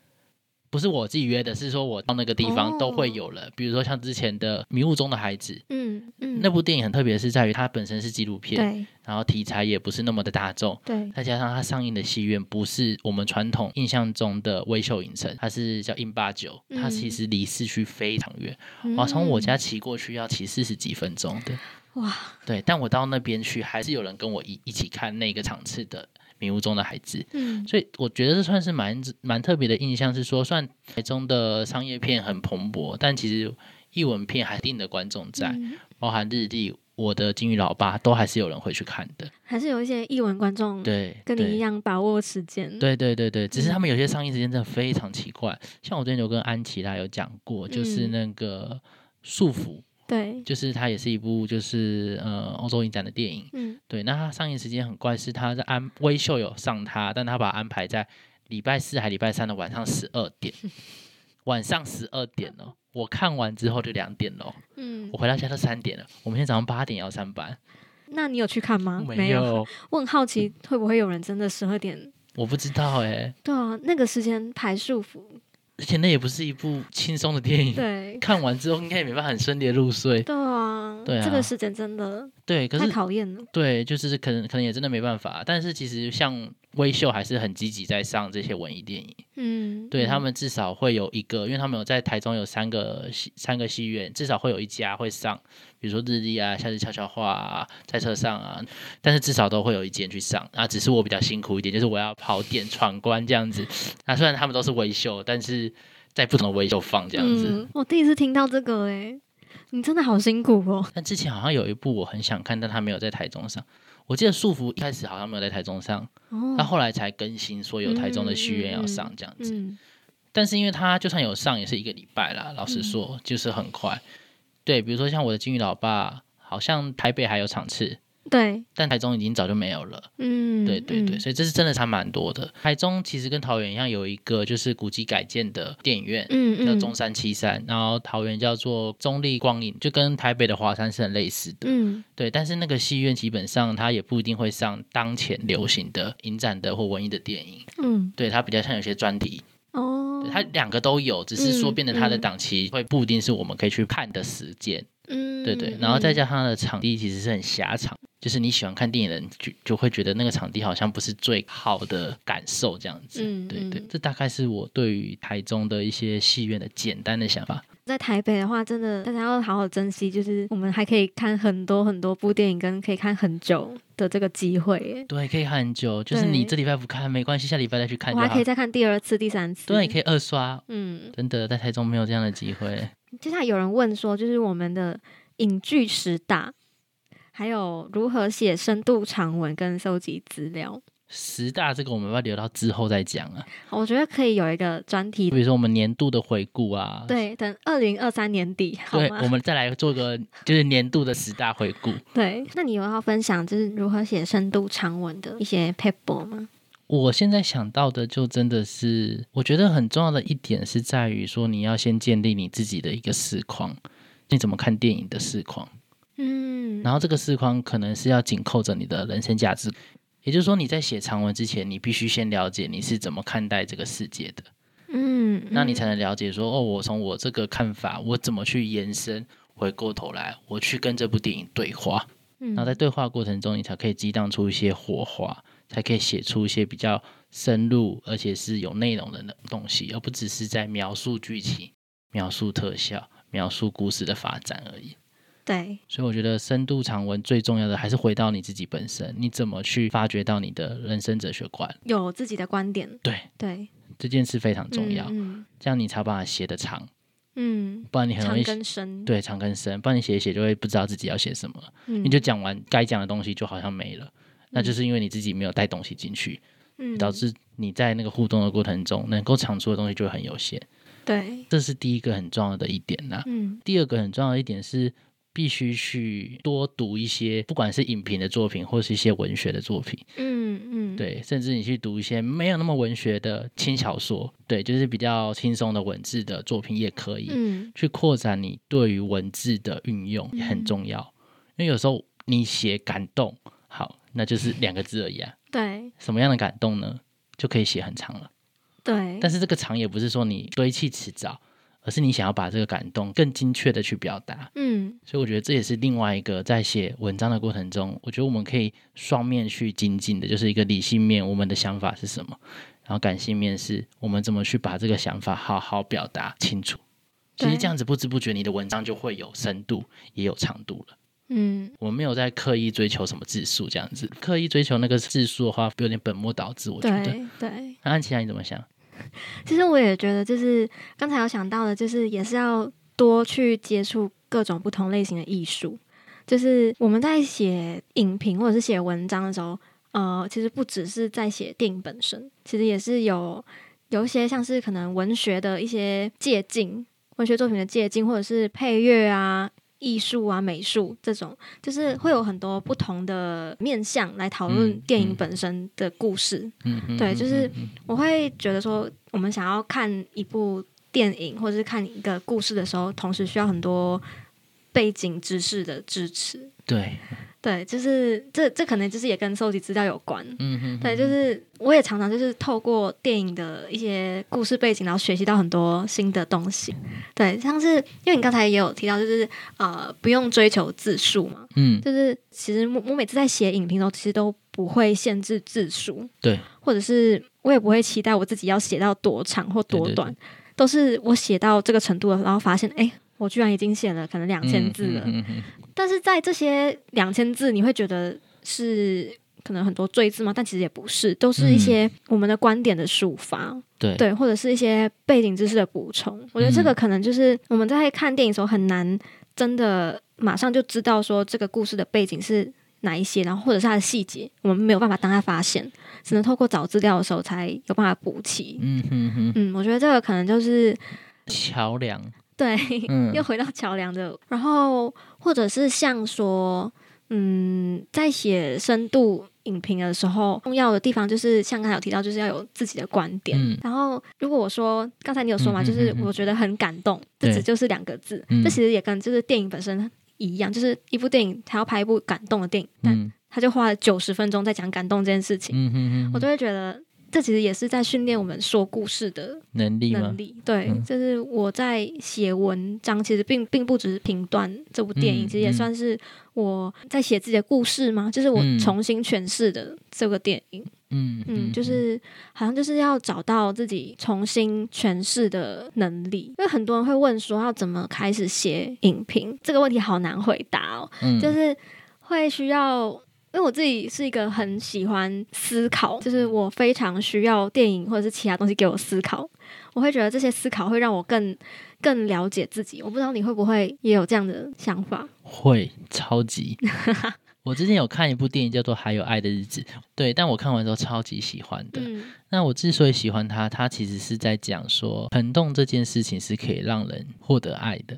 S1: 不是我自己约的，是说我到那个地方都会有人。比如说像之前的《迷雾中的孩子》
S2: 嗯哦嗯，
S1: 那部电影，很特别是在于它本身是纪录片，
S2: 对
S1: 然后题材也不是那么的大众，
S2: 对，
S1: 再加上它上映的戏院不是我们传统印象中的微秀影城，它是叫印八九，
S2: 嗯
S1: 它其实离市区非常远，
S2: 嗯
S1: 我、从我家骑过去要骑四十几分钟的。
S2: 哇，
S1: 对，但我到那边去还是有人跟我一一起看那个场次的《迷雾中的孩子》。
S2: 嗯
S1: 所以我觉得这算是蛮蛮特别的印象，是说，虽然台中的商业片很蓬勃，但其实艺文片还有一定的观众在，
S2: 嗯
S1: 包含日历、我的金鱼老爸，都还是有人会去看的。
S2: 还是有一些译文观众
S1: 对，
S2: 嗯跟
S1: 对
S2: 你一样嗯把握时间，
S1: 对对对对，只是他们有些上映时间真的非常奇怪。像我最近有跟安琪拉有讲过，就是
S2: 嗯
S1: 那个《束缚》，
S2: 对，
S1: 就是它也是一部就是呃欧洲影展的电影。
S2: 嗯
S1: 对，那它上映时间很怪，是它在安微秀有上它，但它把它安排在礼拜四还礼拜三的晚上十二 点，晚上十二点哦。我看完之后就两点喽，
S2: 嗯
S1: 我，回到家都三点了。我明天早上八点要上班，
S2: 那你有去看吗？
S1: 没
S2: 啊有，
S1: 有，嗯
S2: 我很好奇会不会有人真的十二点？
S1: 我不知道哎、
S2: 对啊，那个时间排束缚，
S1: 而且那也不是一部轻松的电影。
S2: 对
S1: 看完之后应该也没办法很顺利的入睡。
S2: 对啊，
S1: 对啊
S2: 这个时间真的
S1: 对，可
S2: 太
S1: 是
S2: 考验了。
S1: 对，就是可能可能也真的没办法。啊但是其实像微秀还是很积极在上这些文艺电影，
S2: 嗯，
S1: 对
S2: 嗯
S1: 他，们至少会有一个，因为他们有在台中有三个戏三个戏院，至少会有一家会上，比如说日历啊、夏日悄悄话啊、在车上啊，但是至少都会有一间去上。啊，只是我比较辛苦一点，就是我要跑点闯关这样子。那、虽然他们都是微秀，但是在不同的微秀放这样子。
S2: 嗯，我第一次听到这个诶、欸你真的好辛苦哦。
S1: 但之前好像有一部我很想看，但它没有在台中上。我记得《束缚》一开始好像没有在台中上，
S2: 哦，
S1: 它后来才更新说有台中的戏院要上这样子。
S2: 嗯
S1: 但是因为它就算有上，也是一个礼拜啦。老实
S2: 嗯
S1: 说，就是很快。对，比如说像我的《金鱼老爸》，好像台北还有场次，
S2: 对，
S1: 但台中已经早就没有了。
S2: 嗯，
S1: 对对对，
S2: 嗯，
S1: 所以这是真的差蛮多的。台中其实跟桃园一样，有一个就是古迹改建的电影院，
S2: 嗯嗯，
S1: 叫中山七三，然后桃园叫做中立光影，就跟台北的华山是很类似的。
S2: 嗯
S1: 对，但是那个戏院基本上它也不一定会上当前流行的影展的或文艺的电影，
S2: 嗯
S1: 对它比较像有些专题，
S2: 哦
S1: 对，它两个都有，只是说
S2: 嗯
S1: 变得它的
S2: 嗯
S1: 档期会不一定是我们可以去看的时间，
S2: 嗯，
S1: 对对，然后再
S2: 嗯
S1: 加上它的场地其实是很狭长，就是你喜欢看电影的人就就会觉得那个场地好像不是最好的感受这样子，
S2: 嗯
S1: 对对
S2: 嗯，
S1: 这大概是我对于台中的一些戏院的简单的想法。
S2: 在台北的话，真的大家要好好珍惜，就是我们还可以看很多很多部电影，跟可以看很久的这个机会耶。
S1: 对，可以看很久，就是你
S2: 对
S1: 这礼拜不看没关系，下礼拜再去看
S2: 我
S1: 就
S2: 还
S1: 好
S2: 可以。再看第二次、第三次。
S1: 哎啊对，可以二刷，
S2: 嗯，
S1: 真的在台中没有这样的机会。
S2: 接下来有人问说，就是我们的影剧十大，还有如何写深度长文跟搜集资料。
S1: 十大这个我们要留到之后再讲啊，
S2: 好我觉得可以有一个专
S1: 比
S2: 题，
S1: 如说我们年度的回顾啊，
S2: 对，等二零二三年底好
S1: 对，
S2: 吗
S1: 我？们再来做个就是年度的十大回顾。
S2: 对，那你有要分享就是如何写深度长文的一些 paper 吗？
S1: 我现在想到的就真的是，我觉得很重要的一点是在于说，你要先建立你自己的一个视框，你怎么看电影的视框，
S2: 嗯，
S1: 然后这个视框可能是要紧扣着你的人生价值，也就是说你在写长文之前，你必须先了解你是怎么看待这个世界的，
S2: 嗯，
S1: 那你
S2: 嗯
S1: 才能了解说，哦，我从我这个看法，我怎么去延伸。回过头来，我去跟这部电影对话，
S2: 嗯
S1: 然后在对话过程中，你才可以激荡出一些火花，才可以写出一些比较深入而且是有内容的东西，而不只是在描述剧情、描述特效、描述故事的发展而已。
S2: 对，
S1: 所以我觉得深度长文最重要的还是回到你自己本身，你怎么去发掘到你的人生哲学观？
S2: 有自己的观点，
S1: 对，
S2: 对，
S1: 这件事非常重要，
S2: 嗯
S1: 这样你才有办法写得长，
S2: 嗯，
S1: 不然你
S2: 嗯
S1: 很容
S2: 长
S1: 易
S2: 跟深，，
S1: 对长跟深，不然你写一写就会不知道自己要写什么了。
S2: 嗯
S1: 你就讲完该讲的东西就好像没了，那就是因为你自己没有带东西进去，
S2: 嗯
S1: 导致你在那个互动的过程中能够产出的东西就会很有限，
S2: 对，
S1: 这是第一个很重要的一点呐、
S2: 嗯
S1: 第二个很重要的一点是。必须去多读一些，不管是影评的作品，或是一些文学的作品，
S2: 嗯嗯，，
S1: 对，甚至你去读一些没有那么文学的轻小说，对，就是比较轻松的文字的作品也可以。
S2: 嗯
S1: 去扩展你对于文字的运用也很重要，因为有时候你写感动，好，那就是两个字而已啊。
S2: 对
S1: 什么样的感动呢？就可以写很长了。
S2: 对，
S1: 但是这个长也不是说你堆砌辞藻，而是你想要把这个感动更精确的去表达。
S2: 嗯
S1: 所以我觉得这也是另外一个在写文章的过程中，我觉得我们可以双面去精进的，就是一个理性面，我们的想法是什么，然后感性面是我们怎么去把这个想法好好表达清楚。其实
S2: 对
S1: 这样子不知不觉，你的文章就会有深度，也有长度了。
S2: 嗯
S1: 我们没有在刻意追求什么字数，这样子刻意追求那个字数的话，有点本末倒置。我觉得，
S2: 对对。
S1: 那安琪拉你怎么想？
S2: 其实我也觉得，就是刚才有想到的，就是也是要多去接触各种不同类型的艺术。就是我们在写影评或者是写文章的时候，呃，其实不只是在写电影本身，其实也是有有一些像是可能文学的一些借镜，文学作品的借镜，或者是配乐啊、艺术啊、美术这种，就是会有很多不同的面向来讨论
S1: 嗯
S2: 电
S1: 嗯
S2: 影本身的故事。
S1: 嗯，嗯
S2: 对就是
S1: 嗯嗯
S2: 我会觉得说，我们想要看一部电影或者是看一个故事的时候，同时需要很多背景知识的支持。
S1: 对，
S2: 对，就是这这可能就是也跟收集资料有关。
S1: 嗯嗯，
S2: 对，就是我也常常就是透过电影的一些故事背景，然后学习到很多新的东西。对，像是因为你刚才也有提到，就是呃，不用追求字数嘛，
S1: 嗯，
S2: 就是其实我我每次在写影评的时候，其实都不会限制字数，
S1: 对，
S2: 或者是我也不会期待我自己要写到多长或多短，
S1: 对
S2: 都是我写到这个程度了，然后发现哎。诶我居然已经写了可能两千字了，
S1: 嗯嗯嗯嗯
S2: 但是在这些两千字，你会觉得是可能很多赘字吗？但其实也不是，都
S1: 嗯
S2: 是一些我们的观点的抒发，
S1: 对，嗯
S2: 对，或者是一些背景知识的补充。我觉得这个可能就是我们在看电影的时候很难真的马上就知道说这个故事的背景是哪一些，然后或者是它的细节，我们没有办法当下发现，只能透过找资料的时候才有办法补齐。
S1: 嗯嗯嗯，
S2: 嗯，我觉得这个可能就是
S1: 桥梁，
S2: 对，
S1: 嗯，
S2: 又回到桥梁的，然后或者是像说，嗯，在写深度影评的时候，重要的地方就是像刚才有提到，就是要有自己的观点。
S1: 嗯
S2: 然后，如果我说刚才你有说嘛，
S1: 嗯嗯
S2: 就是
S1: 嗯嗯
S2: 我觉得很感动，
S1: 对
S2: 这只就是两个字，
S1: 嗯
S2: 这其实也跟就是电影本身一样，就是一部电影它要拍一部感动的电影，但
S1: 嗯
S2: 他就花了九十分钟在讲感动这件事情，
S1: 嗯嗯
S2: 我
S1: 嗯，
S2: 就会觉得这其实也是在训练我们说故事的
S1: 能力吗
S2: 能？力。对，
S1: 嗯
S2: 就是我在写文章，其实并并不只是评断这部电影，
S1: 嗯
S2: 其实也
S1: 嗯
S2: 算是我在写自己的故事嘛，就是我
S1: 嗯
S2: 重新诠释的这个电影。
S1: 嗯
S2: 嗯，就是好像就是要找到自己重新诠释的能力，因为很多人会问说要怎么开始写影评，这个问题好难回答哦，
S1: 嗯
S2: 就是会需要。因为我自己是一个很喜欢思考，就是我非常需要电影或者是其他东西给我思考，我会觉得这些思考会让我更更了解自己。我不知道你会不会也有这样的想法？
S1: 会超级。我之前有看一部电影叫做《还有爱的日子》，对，但我看完之后超级喜欢的。
S2: 嗯
S1: 那我之所以喜欢它，它其实是在讲说，疼痛这件事情是可以让人获得爱的。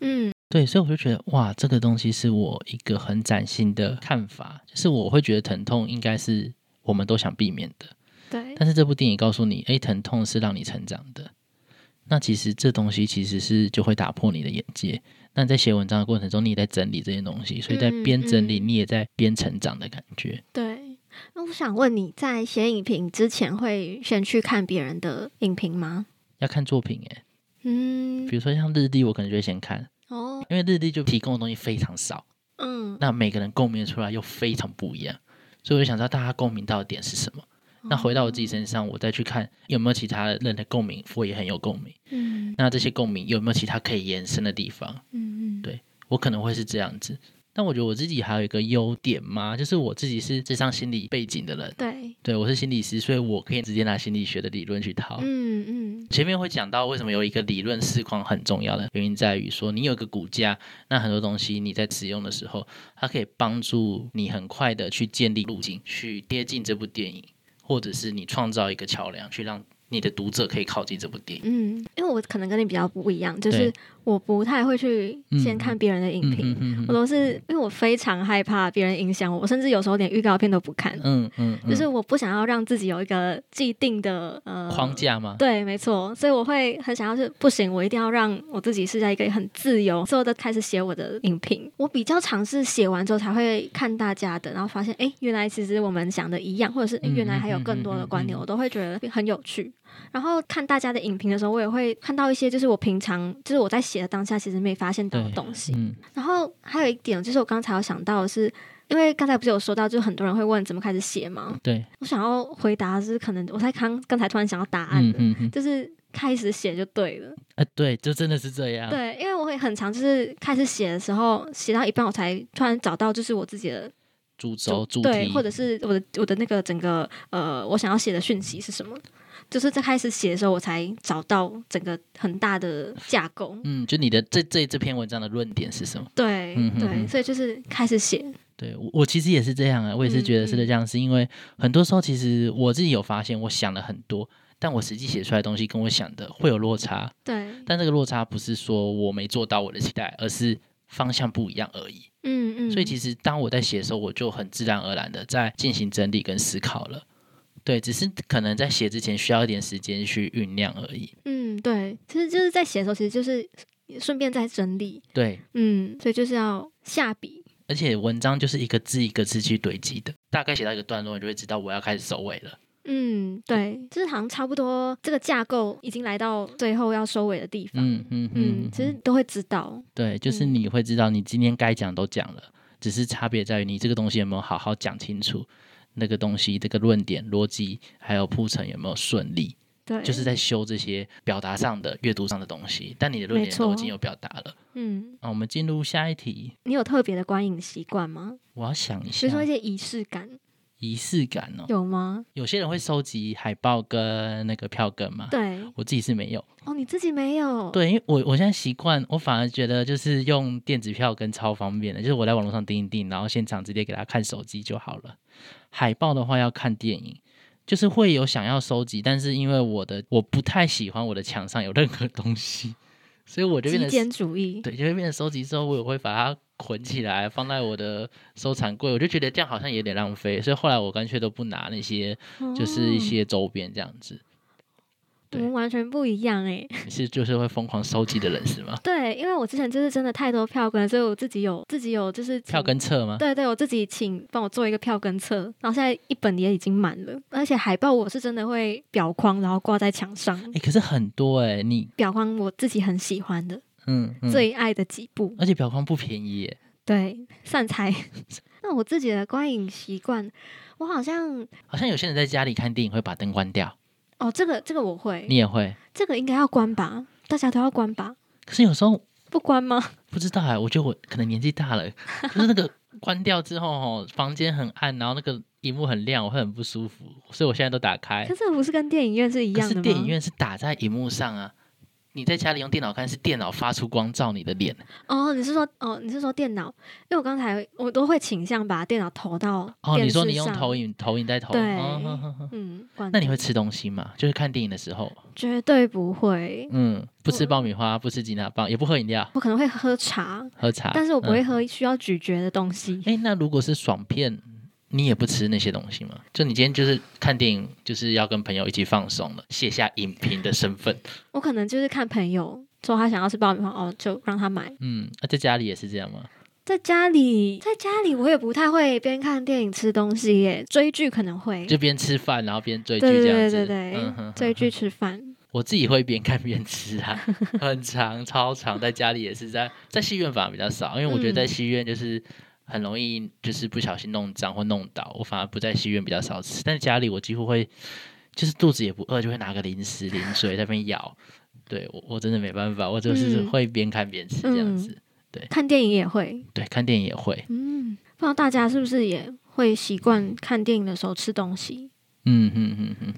S2: 嗯
S1: 对，所以我就觉得哇，这个东西是我一个很崭新的看法，就是我会觉得疼痛应该是我们都想避免的，
S2: 对，
S1: 但是这部电影告诉你，诶，疼痛是让你成长的。那其实这东西其实是就会打破你的眼界。那你在写文章的过程中，你也在整理这些东西，所以在
S2: 嗯
S1: 边整理，
S2: 嗯
S1: 你也在边成长的感觉。
S2: 对。那我想问你在写影评之前会先去看别人的影评吗？
S1: 要看作品诶，
S2: 嗯
S1: 比，如说像日历，我可能就会先看，
S2: 哦，
S1: 因为日历就提供的东西非常少，
S2: 嗯，
S1: 那每个人共鸣出来又非常不一样，所以我就想知道大家共鸣到的点是什么。那回到
S2: 哦
S1: 我自己身上，我再去看有没有其他人的共鸣，我也很有共鸣。
S2: 嗯
S1: 那这些共鸣有没有其他可以延伸的地方？
S2: 嗯嗯，
S1: 对我可能会是这样子。但我觉得我自己还有一个优点嘛，就是我自己是智商心理背景的人，
S2: 对，
S1: 对我是心理师，所以我可以直接拿心理学的理论去套。
S2: 嗯嗯
S1: 前面会讲到为什么有一个理论视框很重要的原因在于说，你有一个骨架，那很多东西你在使用的时候，它可以帮助你很快的去建立路径，去贴近这部电影，或者是你创造一个桥梁，去让你的读者可以靠近这部电影。
S2: 嗯，因为我可能跟你比较不一样，就是
S1: 对
S2: 我不太会去先看别人的影评，
S1: 嗯
S2: 我都是因为我非常害怕别人影响我，我甚至有时候连预告片都不看，
S1: 嗯嗯，嗯
S2: 就是我不想要让自己有一个既定的呃
S1: 框。架吗？
S2: 对，没错，所以我会很想要是不行，我一定要让我自己是在一个很自由，所以我就开始写我的影评。我比较尝试写完之后才会看大家的，然后发现诶，原来其实我们想的一样，或者是诶
S1: 嗯
S2: 原来
S1: 嗯
S2: 还有
S1: 嗯
S2: 更
S1: 嗯
S2: 多的
S1: 嗯
S2: 观点，
S1: 嗯
S2: 我都会觉得很有趣。然后看大家的影评的时候，我也会看到一些就是我平常就是我在写的当下其实没发现到的
S1: 对
S2: 东西。
S1: 嗯
S2: 然后还有一点就是我刚才有想到的是，因为刚才不是有说到，就很多人会问怎么开始写吗？
S1: 对，
S2: 我想要回答是可能我才刚刚才突然想到答案
S1: 嗯
S2: 了，
S1: 嗯嗯，
S2: 就是开始写就对了。
S1: 啊，对，就真的是这样。
S2: 对，因为我会很常就是开始写的时候，写到一半我才突然找到就是我自己的
S1: 主轴、主
S2: 对，
S1: 题，
S2: 或者是我的我的那个整个呃我想要写的讯息是什么。就是在开始写的时候，我才找到整个很大的架构。
S1: 嗯，就你的这这这篇文章的论点是什么？
S2: 对、
S1: 嗯哼
S2: 对，
S1: 哼
S2: 所以就是开始写。
S1: 对我，我其实也是这样啊，我
S2: 嗯
S1: 也是觉得是这样，是因为很多时候其实我自己有发现，我想了很多，但我实际写出来的东西跟我想的会有落差，
S2: 对，
S1: 但这个落差不是说我没做到我的期待，而是方向不一样而已。
S2: 嗯嗯。
S1: 所以其实当我在写的时候，我就很自然而然的在进行整理跟思考了。对，只是可能在写之前需要一点时间去酝酿而已。
S2: 嗯，对，其实就是在写的时候，其实就是顺便在整理，
S1: 对，
S2: 嗯，所以就是要下笔，
S1: 而且文章就是一个字一个字去堆积的，大概写到一个段落，你就会知道我要开始收尾了。
S2: 嗯，对，就是好像差不多这个架构已经来到最后要收尾的地方，
S1: 嗯嗯
S2: 嗯，其实都会知道，
S1: 对，就是
S2: 嗯
S1: 你会知道你今天该讲都讲了，只是差别在于你这个东西有没有好好讲清楚，那个东西这个论点、逻辑还有铺陈有没有顺利，
S2: 对，
S1: 就是在修这些表达上的、阅读上的东西。但你的论
S2: 没
S1: 点
S2: 错
S1: 都已经有表达了。
S2: 嗯，
S1: 那、我们进入下一题，
S2: 你有特别的观影习惯吗？
S1: 我要想一
S2: 比
S1: 下
S2: 如说一些仪式感
S1: 仪式感哦。
S2: 有吗？
S1: 有些人会收集海报跟那个票根嘛，
S2: 对，
S1: 我自己是没有。
S2: 哦，你自己没有，，
S1: 对，因为我我现在习惯，我反而觉得就是用电子票跟超方便的，就是我在网络上订一订，然后现场直接给他看手机就好了。海报的话要看电影，就是会有想要收集，但是因为我的我不太喜欢我的墙上有任何东西，所以我就变
S2: 极
S1: 得
S2: 简主义，
S1: 对，就会变成收集之后，我也会把它捆起来放在我的收藏柜，我就觉得这样好像有点浪费，所以后来我干脆都不拿那些，就是一些周边这样子。
S2: 哦哦，我们完全不一样哎、
S1: 你是就是会疯狂收集的人是 吗？
S2: 对，因为我之前就是真的太多票根了，所以我自己有自己有就是
S1: 票
S2: 请
S1: 跟册吗？
S2: 对对，我自己请帮我做一个票根册，然后现在一本也已经满了，而且海报我是真的会裱框，然后挂在墙上。
S1: 哎、可是很多哎、你
S2: 裱框我自己很喜欢的，
S1: 嗯，嗯
S2: 最爱的几部，
S1: 而且表框不便宜耶，
S2: 对，散财。 那我自己的观影习惯，我好像
S1: 好像有些人在家里看电影会把灯关掉，
S2: 哦，这个这个我会
S1: 你，也会。
S2: 这个应该要关吧，大家都要关吧，
S1: 可是有时候
S2: 不关吗？
S1: 不知道哎，我觉得我可能年纪大了，就是 那个关掉之后哦，房间很暗，然后那个荧幕很亮，我会很不舒服，所以我现在都打开
S2: 可。是不是跟电影院是一
S1: 哎可
S2: 样的
S1: 是
S2: 吗？
S1: 电影院是打在荧幕上啊，你在家里用电脑看，是电脑发出光照你的脸。
S2: 哦，你是说哦，你是说电脑？因为我刚才我都会倾向把电脑投到
S1: 哦，
S2: 电
S1: 你
S2: 视上。
S1: 说你用投影投影在投，
S2: 对
S1: 哦呵呵呵
S2: 嗯，关
S1: 那你会吃东西吗？就是看电影的时候，
S2: 绝对不会。
S1: 嗯，不吃
S2: 我
S1: 爆米花，不吃吉拿棒，也不喝饮料，
S2: 我可能会喝茶，
S1: 喝茶。
S2: 但是我不会
S1: 嗯。
S2: 喝需要咀嚼的东西。
S1: 哎、那如果是爽片，你也不吃那些东西吗？就你今天就是看电影，就是要跟朋友一起放松了，卸下影评的身份。
S2: 我可能就是看朋友说他想要吃爆米花，哦，就让他买。
S1: 嗯，那、在家里也是这样吗？
S2: 在家里，在家里我也不太会边看电影吃东西耶，追剧可能会。
S1: 就边吃饭然后边追剧
S2: 对对
S1: 这样
S2: 对对
S1: 子。嗯
S2: 对
S1: 哼哼，
S2: 追剧吃饭。
S1: 我自己会边看边吃啊，很长超长，在家里也是在在戏院反而比较少，因为我觉得在
S2: 嗯
S1: 戏院就是很容易就是不小心弄脏或弄倒，我反而不在戏院比较少吃，但家里我几乎会就是肚子也不饿，就会拿个零食零嘴在那边咬，对我我真的没办法，我就是
S2: 嗯
S1: 会边看边吃这样子，
S2: 看电影也会，
S1: 对，看电影也会，
S2: 嗯，不知道大家是不是也会习惯看电影的时候吃东西？
S1: 嗯嗯嗯嗯，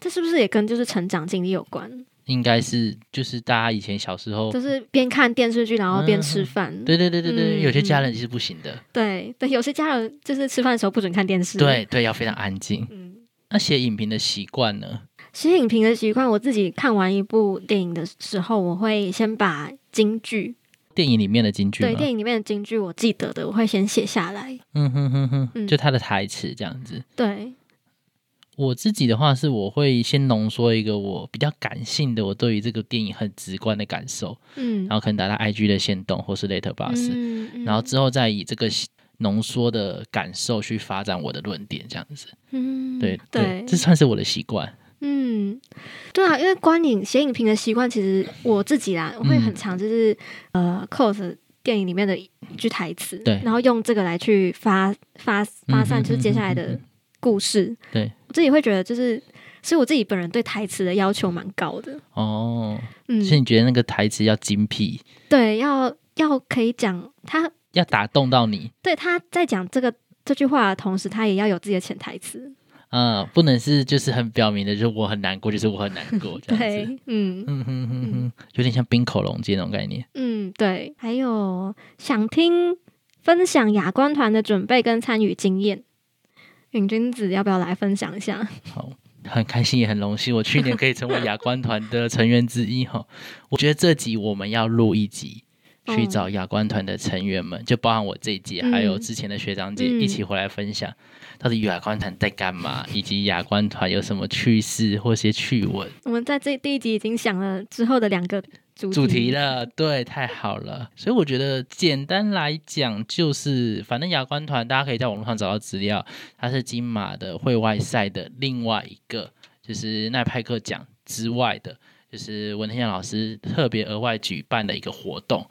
S2: 这是不是也跟就是成长经历有关？
S1: 应该是就是大家以前小时候。
S2: 就是边看电视剧然后边吃饭。
S1: 嗯对对对对
S2: 嗯
S1: 对，有些家
S2: 嗯
S1: 人其实不行的，
S2: 对对，有些家人就是吃饭的时候不准看电视。
S1: 对，对，要非常安静。
S2: 嗯。
S1: 那写影评的习惯呢？
S2: 写影评的习惯，我自己看完一部电影的时候，我会先把金句，
S1: 电影里面的金句
S2: 对
S1: 吗？
S2: 电影里面的金句我记得的，我会先写下来。
S1: 嗯哼哼哼，
S2: 嗯
S1: 就他的台词这样子。
S2: 对，
S1: 我自己的话是，我会先浓缩一个我比较感性的，我对于这个电影很直观的感受，
S2: 嗯，
S1: 然后可能打到 IG 的线动或是 Letterbox，、
S2: 嗯嗯
S1: 然后之后再以这个浓缩的感受去发展我的论点，这样子。
S2: 嗯，
S1: 对、
S2: 对，
S1: 这算是我的习惯。
S2: 嗯，对啊，因为观影写影评的习惯，其实我自己啦，我
S1: 嗯
S2: 会很常就是、呃 cos 电影里面的一句台词，
S1: 对
S2: 然后用这个来去发发发
S1: 嗯
S2: 散，
S1: 嗯
S2: 就是接下来
S1: 嗯嗯
S2: 的
S1: 嗯
S2: 故事。
S1: 对，
S2: 我自己会觉得就是。所以我自己本人对台词的要求蛮高的，
S1: 哦，
S2: 嗯，
S1: 所以你觉得那个台词要精辟，
S2: 对，要要可以讲他
S1: 要打动到你，
S2: 对他在讲这个这句话的同时，他也要有自己的潜台词。
S1: 嗯，不能是就是很表明的，就是我很难过，就是我很难过这样子。
S2: 对，嗯
S1: 嗯哼哼哼，有点像冰口龙这种概念。
S2: 嗯，对。还有想听分享雅观团的准备跟参与经验，允君子要不要来分享一下？
S1: 好，很开心也很荣幸，我去年可以成为雅观团的成员之一哈。我觉得这集我们要录一集。去
S2: 哦
S1: 找雅观团的成员们，就包含我这一届，还有
S2: 嗯
S1: 之前的学长姐
S2: 嗯
S1: 一起回来分享，到底雅观团在干嘛，以及雅观团有什么趣事或些趣闻。
S2: 我们在这第一集已经想了之后的两个主题
S1: 主题了，对，太好了。所以我觉得简单来讲，就是反正牙关团大家可以在网络上找到资料，它是金马的会外赛的另外一个，就是奈派克奖之外的，就是文天祥老师特别额外举办的一个活动。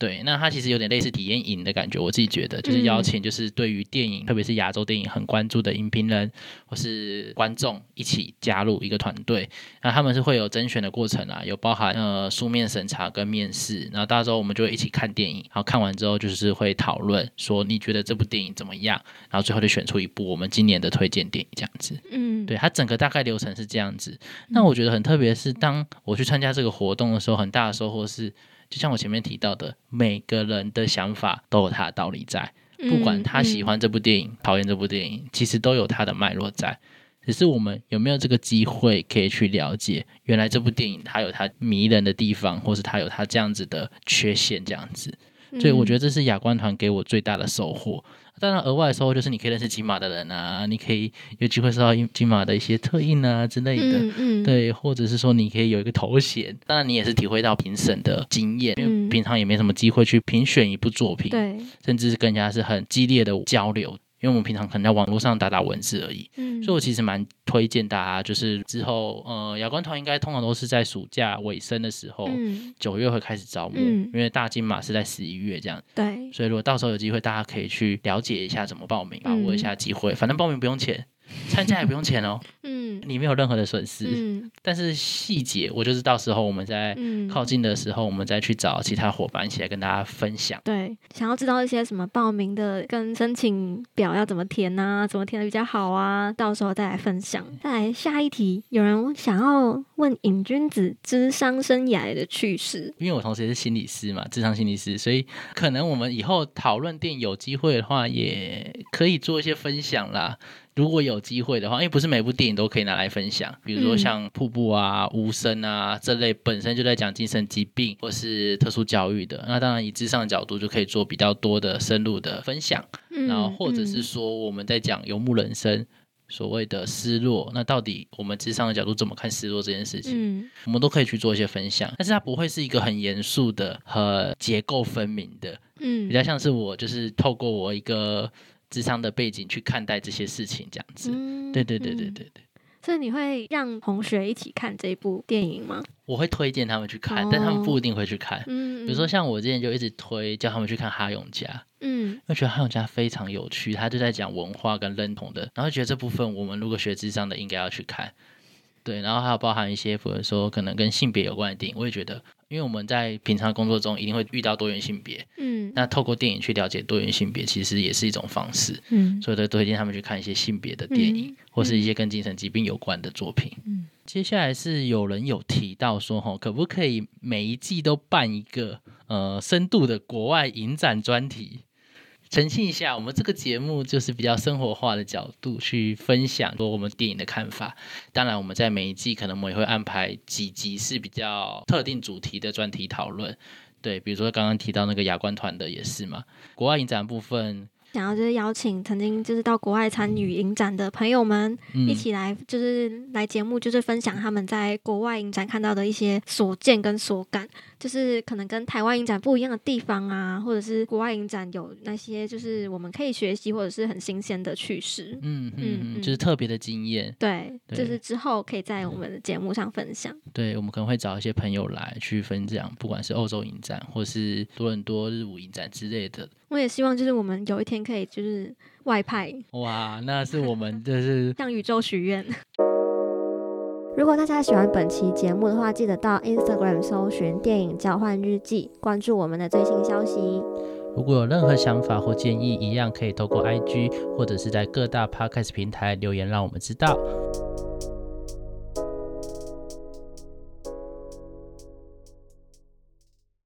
S1: 对，那它其实有点类似体验营的感觉，我自己觉得就是邀请，就是对于电影，特别是亚洲电影很关注的影评人或是观众一起加入一个团队，那他们是会有甄选的过程啦，有包含呃书面审查跟面试，然后到时候我们就会一起看电影，然后看完之后就是会讨论说你觉得这部电影怎么样，然后最后就选出一部我们今年的推荐电影这样子。
S2: 嗯，
S1: 对，它整个大概流程是这样子。那我觉得很特别的是，当我去参加这个活动的时候，很大的收获是，就像我前面提到的，每个人的想法都有他的道理在。
S2: 嗯，
S1: 不管他喜欢这部电影、讨厌这部电影，其实都有他的脉络在。只是我们有没有这个机会可以去了解，原来这部电影它有它迷人的地方，或是它有它这样子的缺陷，这样子。
S2: 嗯，
S1: 所以我觉
S2: 得
S1: 得这是亚观团给我最大的收获。当然，额外的收获就是你可以认识金马的人啊，你可以有机会收到金马的一些特印啊之类的。
S2: 嗯嗯，
S1: 对，或者是说你可以有一个头衔，当然你也是体会到评审的经验，因为
S2: 嗯
S1: 平常也没什么机会去评选一部作品。
S2: 对，
S1: 甚至是更加是很激烈的交流，因为我们平常可能在网络上打打文字而已。
S2: 嗯，
S1: 所以我其实蛮推荐大家，就是之后呃，雅观团应该通常都是在暑假尾声的时候，
S2: 嗯，
S1: 九、月会开始招募，
S2: 嗯
S1: 因为大金马是在十一月这样，
S2: 对，
S1: 所以如果到时候有机会，大家可以去了解一下怎么报名，把握一下机会。反正报名不用钱，参加也不用钱 哦，
S2: 嗯
S1: 你没有任何的损失。
S2: 嗯
S1: 但是细节，我就是到时候我们在
S2: 嗯，
S1: 靠近的时候，我们再去找其他伙伴一起来跟大家分享。
S2: 对，想要知道一些什么报名的跟申请表要怎么填啊，怎么填的比较好啊，到时候再来分享。再来下一题，有人想要问瘾君子智商生涯的趣事。
S1: 因为我同时也是心理师嘛，智商心理师，所以可能我们以后讨论电影有机会的话，也可以做一些分享啦。如果有机会的话，因为不是每部电影都可以拿来分享，比如说
S2: 嗯
S1: 像《瀑布》啊、《无声》啊这类本身就在讲精神疾病或是特殊教育的，那当然以智商的角度就可以做比较多的深入的分享。
S2: 嗯
S1: 然后或者是说我们在讲游牧人生。所谓的失落，那到底我们智商的角度怎么看失落这件事情？
S2: 嗯
S1: 我们都可以去做一些分享，但是它不会是一个很严肃的和结构分明的，
S2: 嗯
S1: 比较像是我就是透过我一个智商的背景去看待这些事情这样子。
S2: 嗯
S1: 对对对对
S2: 嗯
S1: 对对，
S2: 所以你会让同学一起看这部电影吗？
S1: 我会推荐他们去看，
S2: 哦
S1: 但他们不一定会去看。
S2: 嗯，
S1: 比如说像我之前就一直推叫他们去看哈永家，
S2: 嗯
S1: 因为觉得哈永家非常有趣，他就在讲文化跟认同的，然后觉得这部分我们如果学智商的应该要去看。对，然后还有包含一些，比如说可能跟性别有关的电影，我也觉得，因为我们在平常工作中一定会遇到多元性别，
S2: 嗯
S1: 那透过电影去了解多元性别，其实也是一种方式，
S2: 嗯
S1: 所以都推荐他们去看一些性别的电影，
S2: 嗯
S1: 或是一些跟精神疾病有关的作品。
S2: 嗯
S1: 接下来是有人有提到说，吼，可不可以每一季都办一个呃深度的国外影展专题？澄清一下，我们这个节目就是比较生活化的角度去分享说我们电影的看法。当然，我们在每一季可能我们也会安排几集是比较特定主题的专题讨论。对，比如说刚刚提到那个亚冠团的也是嘛，国外影展部分，
S2: 想要就是邀请曾经就是到国外参与影展的朋友们，
S1: 嗯
S2: 一，起来就是来节目，就是分享他们在国外影展看到的一些所见跟所感，就是可能跟台湾影展不一样的地方啊，或者是国外影展有那些就是我们可以学习或者是很新鲜的趣事。
S1: 嗯嗯
S2: 嗯
S1: 嗯，
S2: 嗯
S1: 就是特别的经验。
S2: 对，
S1: 对嗯
S2: 就是之后可以在我们的节目上分享。
S1: 对，我们可能会找一些朋友来去分享，不管是欧洲影展或是多伦多日舞影展之类的。
S2: 我也希望就是我们有一天可以就是外派，
S1: 哇，那是我们就是
S2: 向宇宙许愿。
S3: 如果大家喜欢本期节目的话，记得到 Instagram 搜寻“电影交换日记”，关注我们的最新消息。
S1: 如果有任何想法或建议，一样可以透过 IG 或者是在各大 Podcast 平台留言，让我们知道。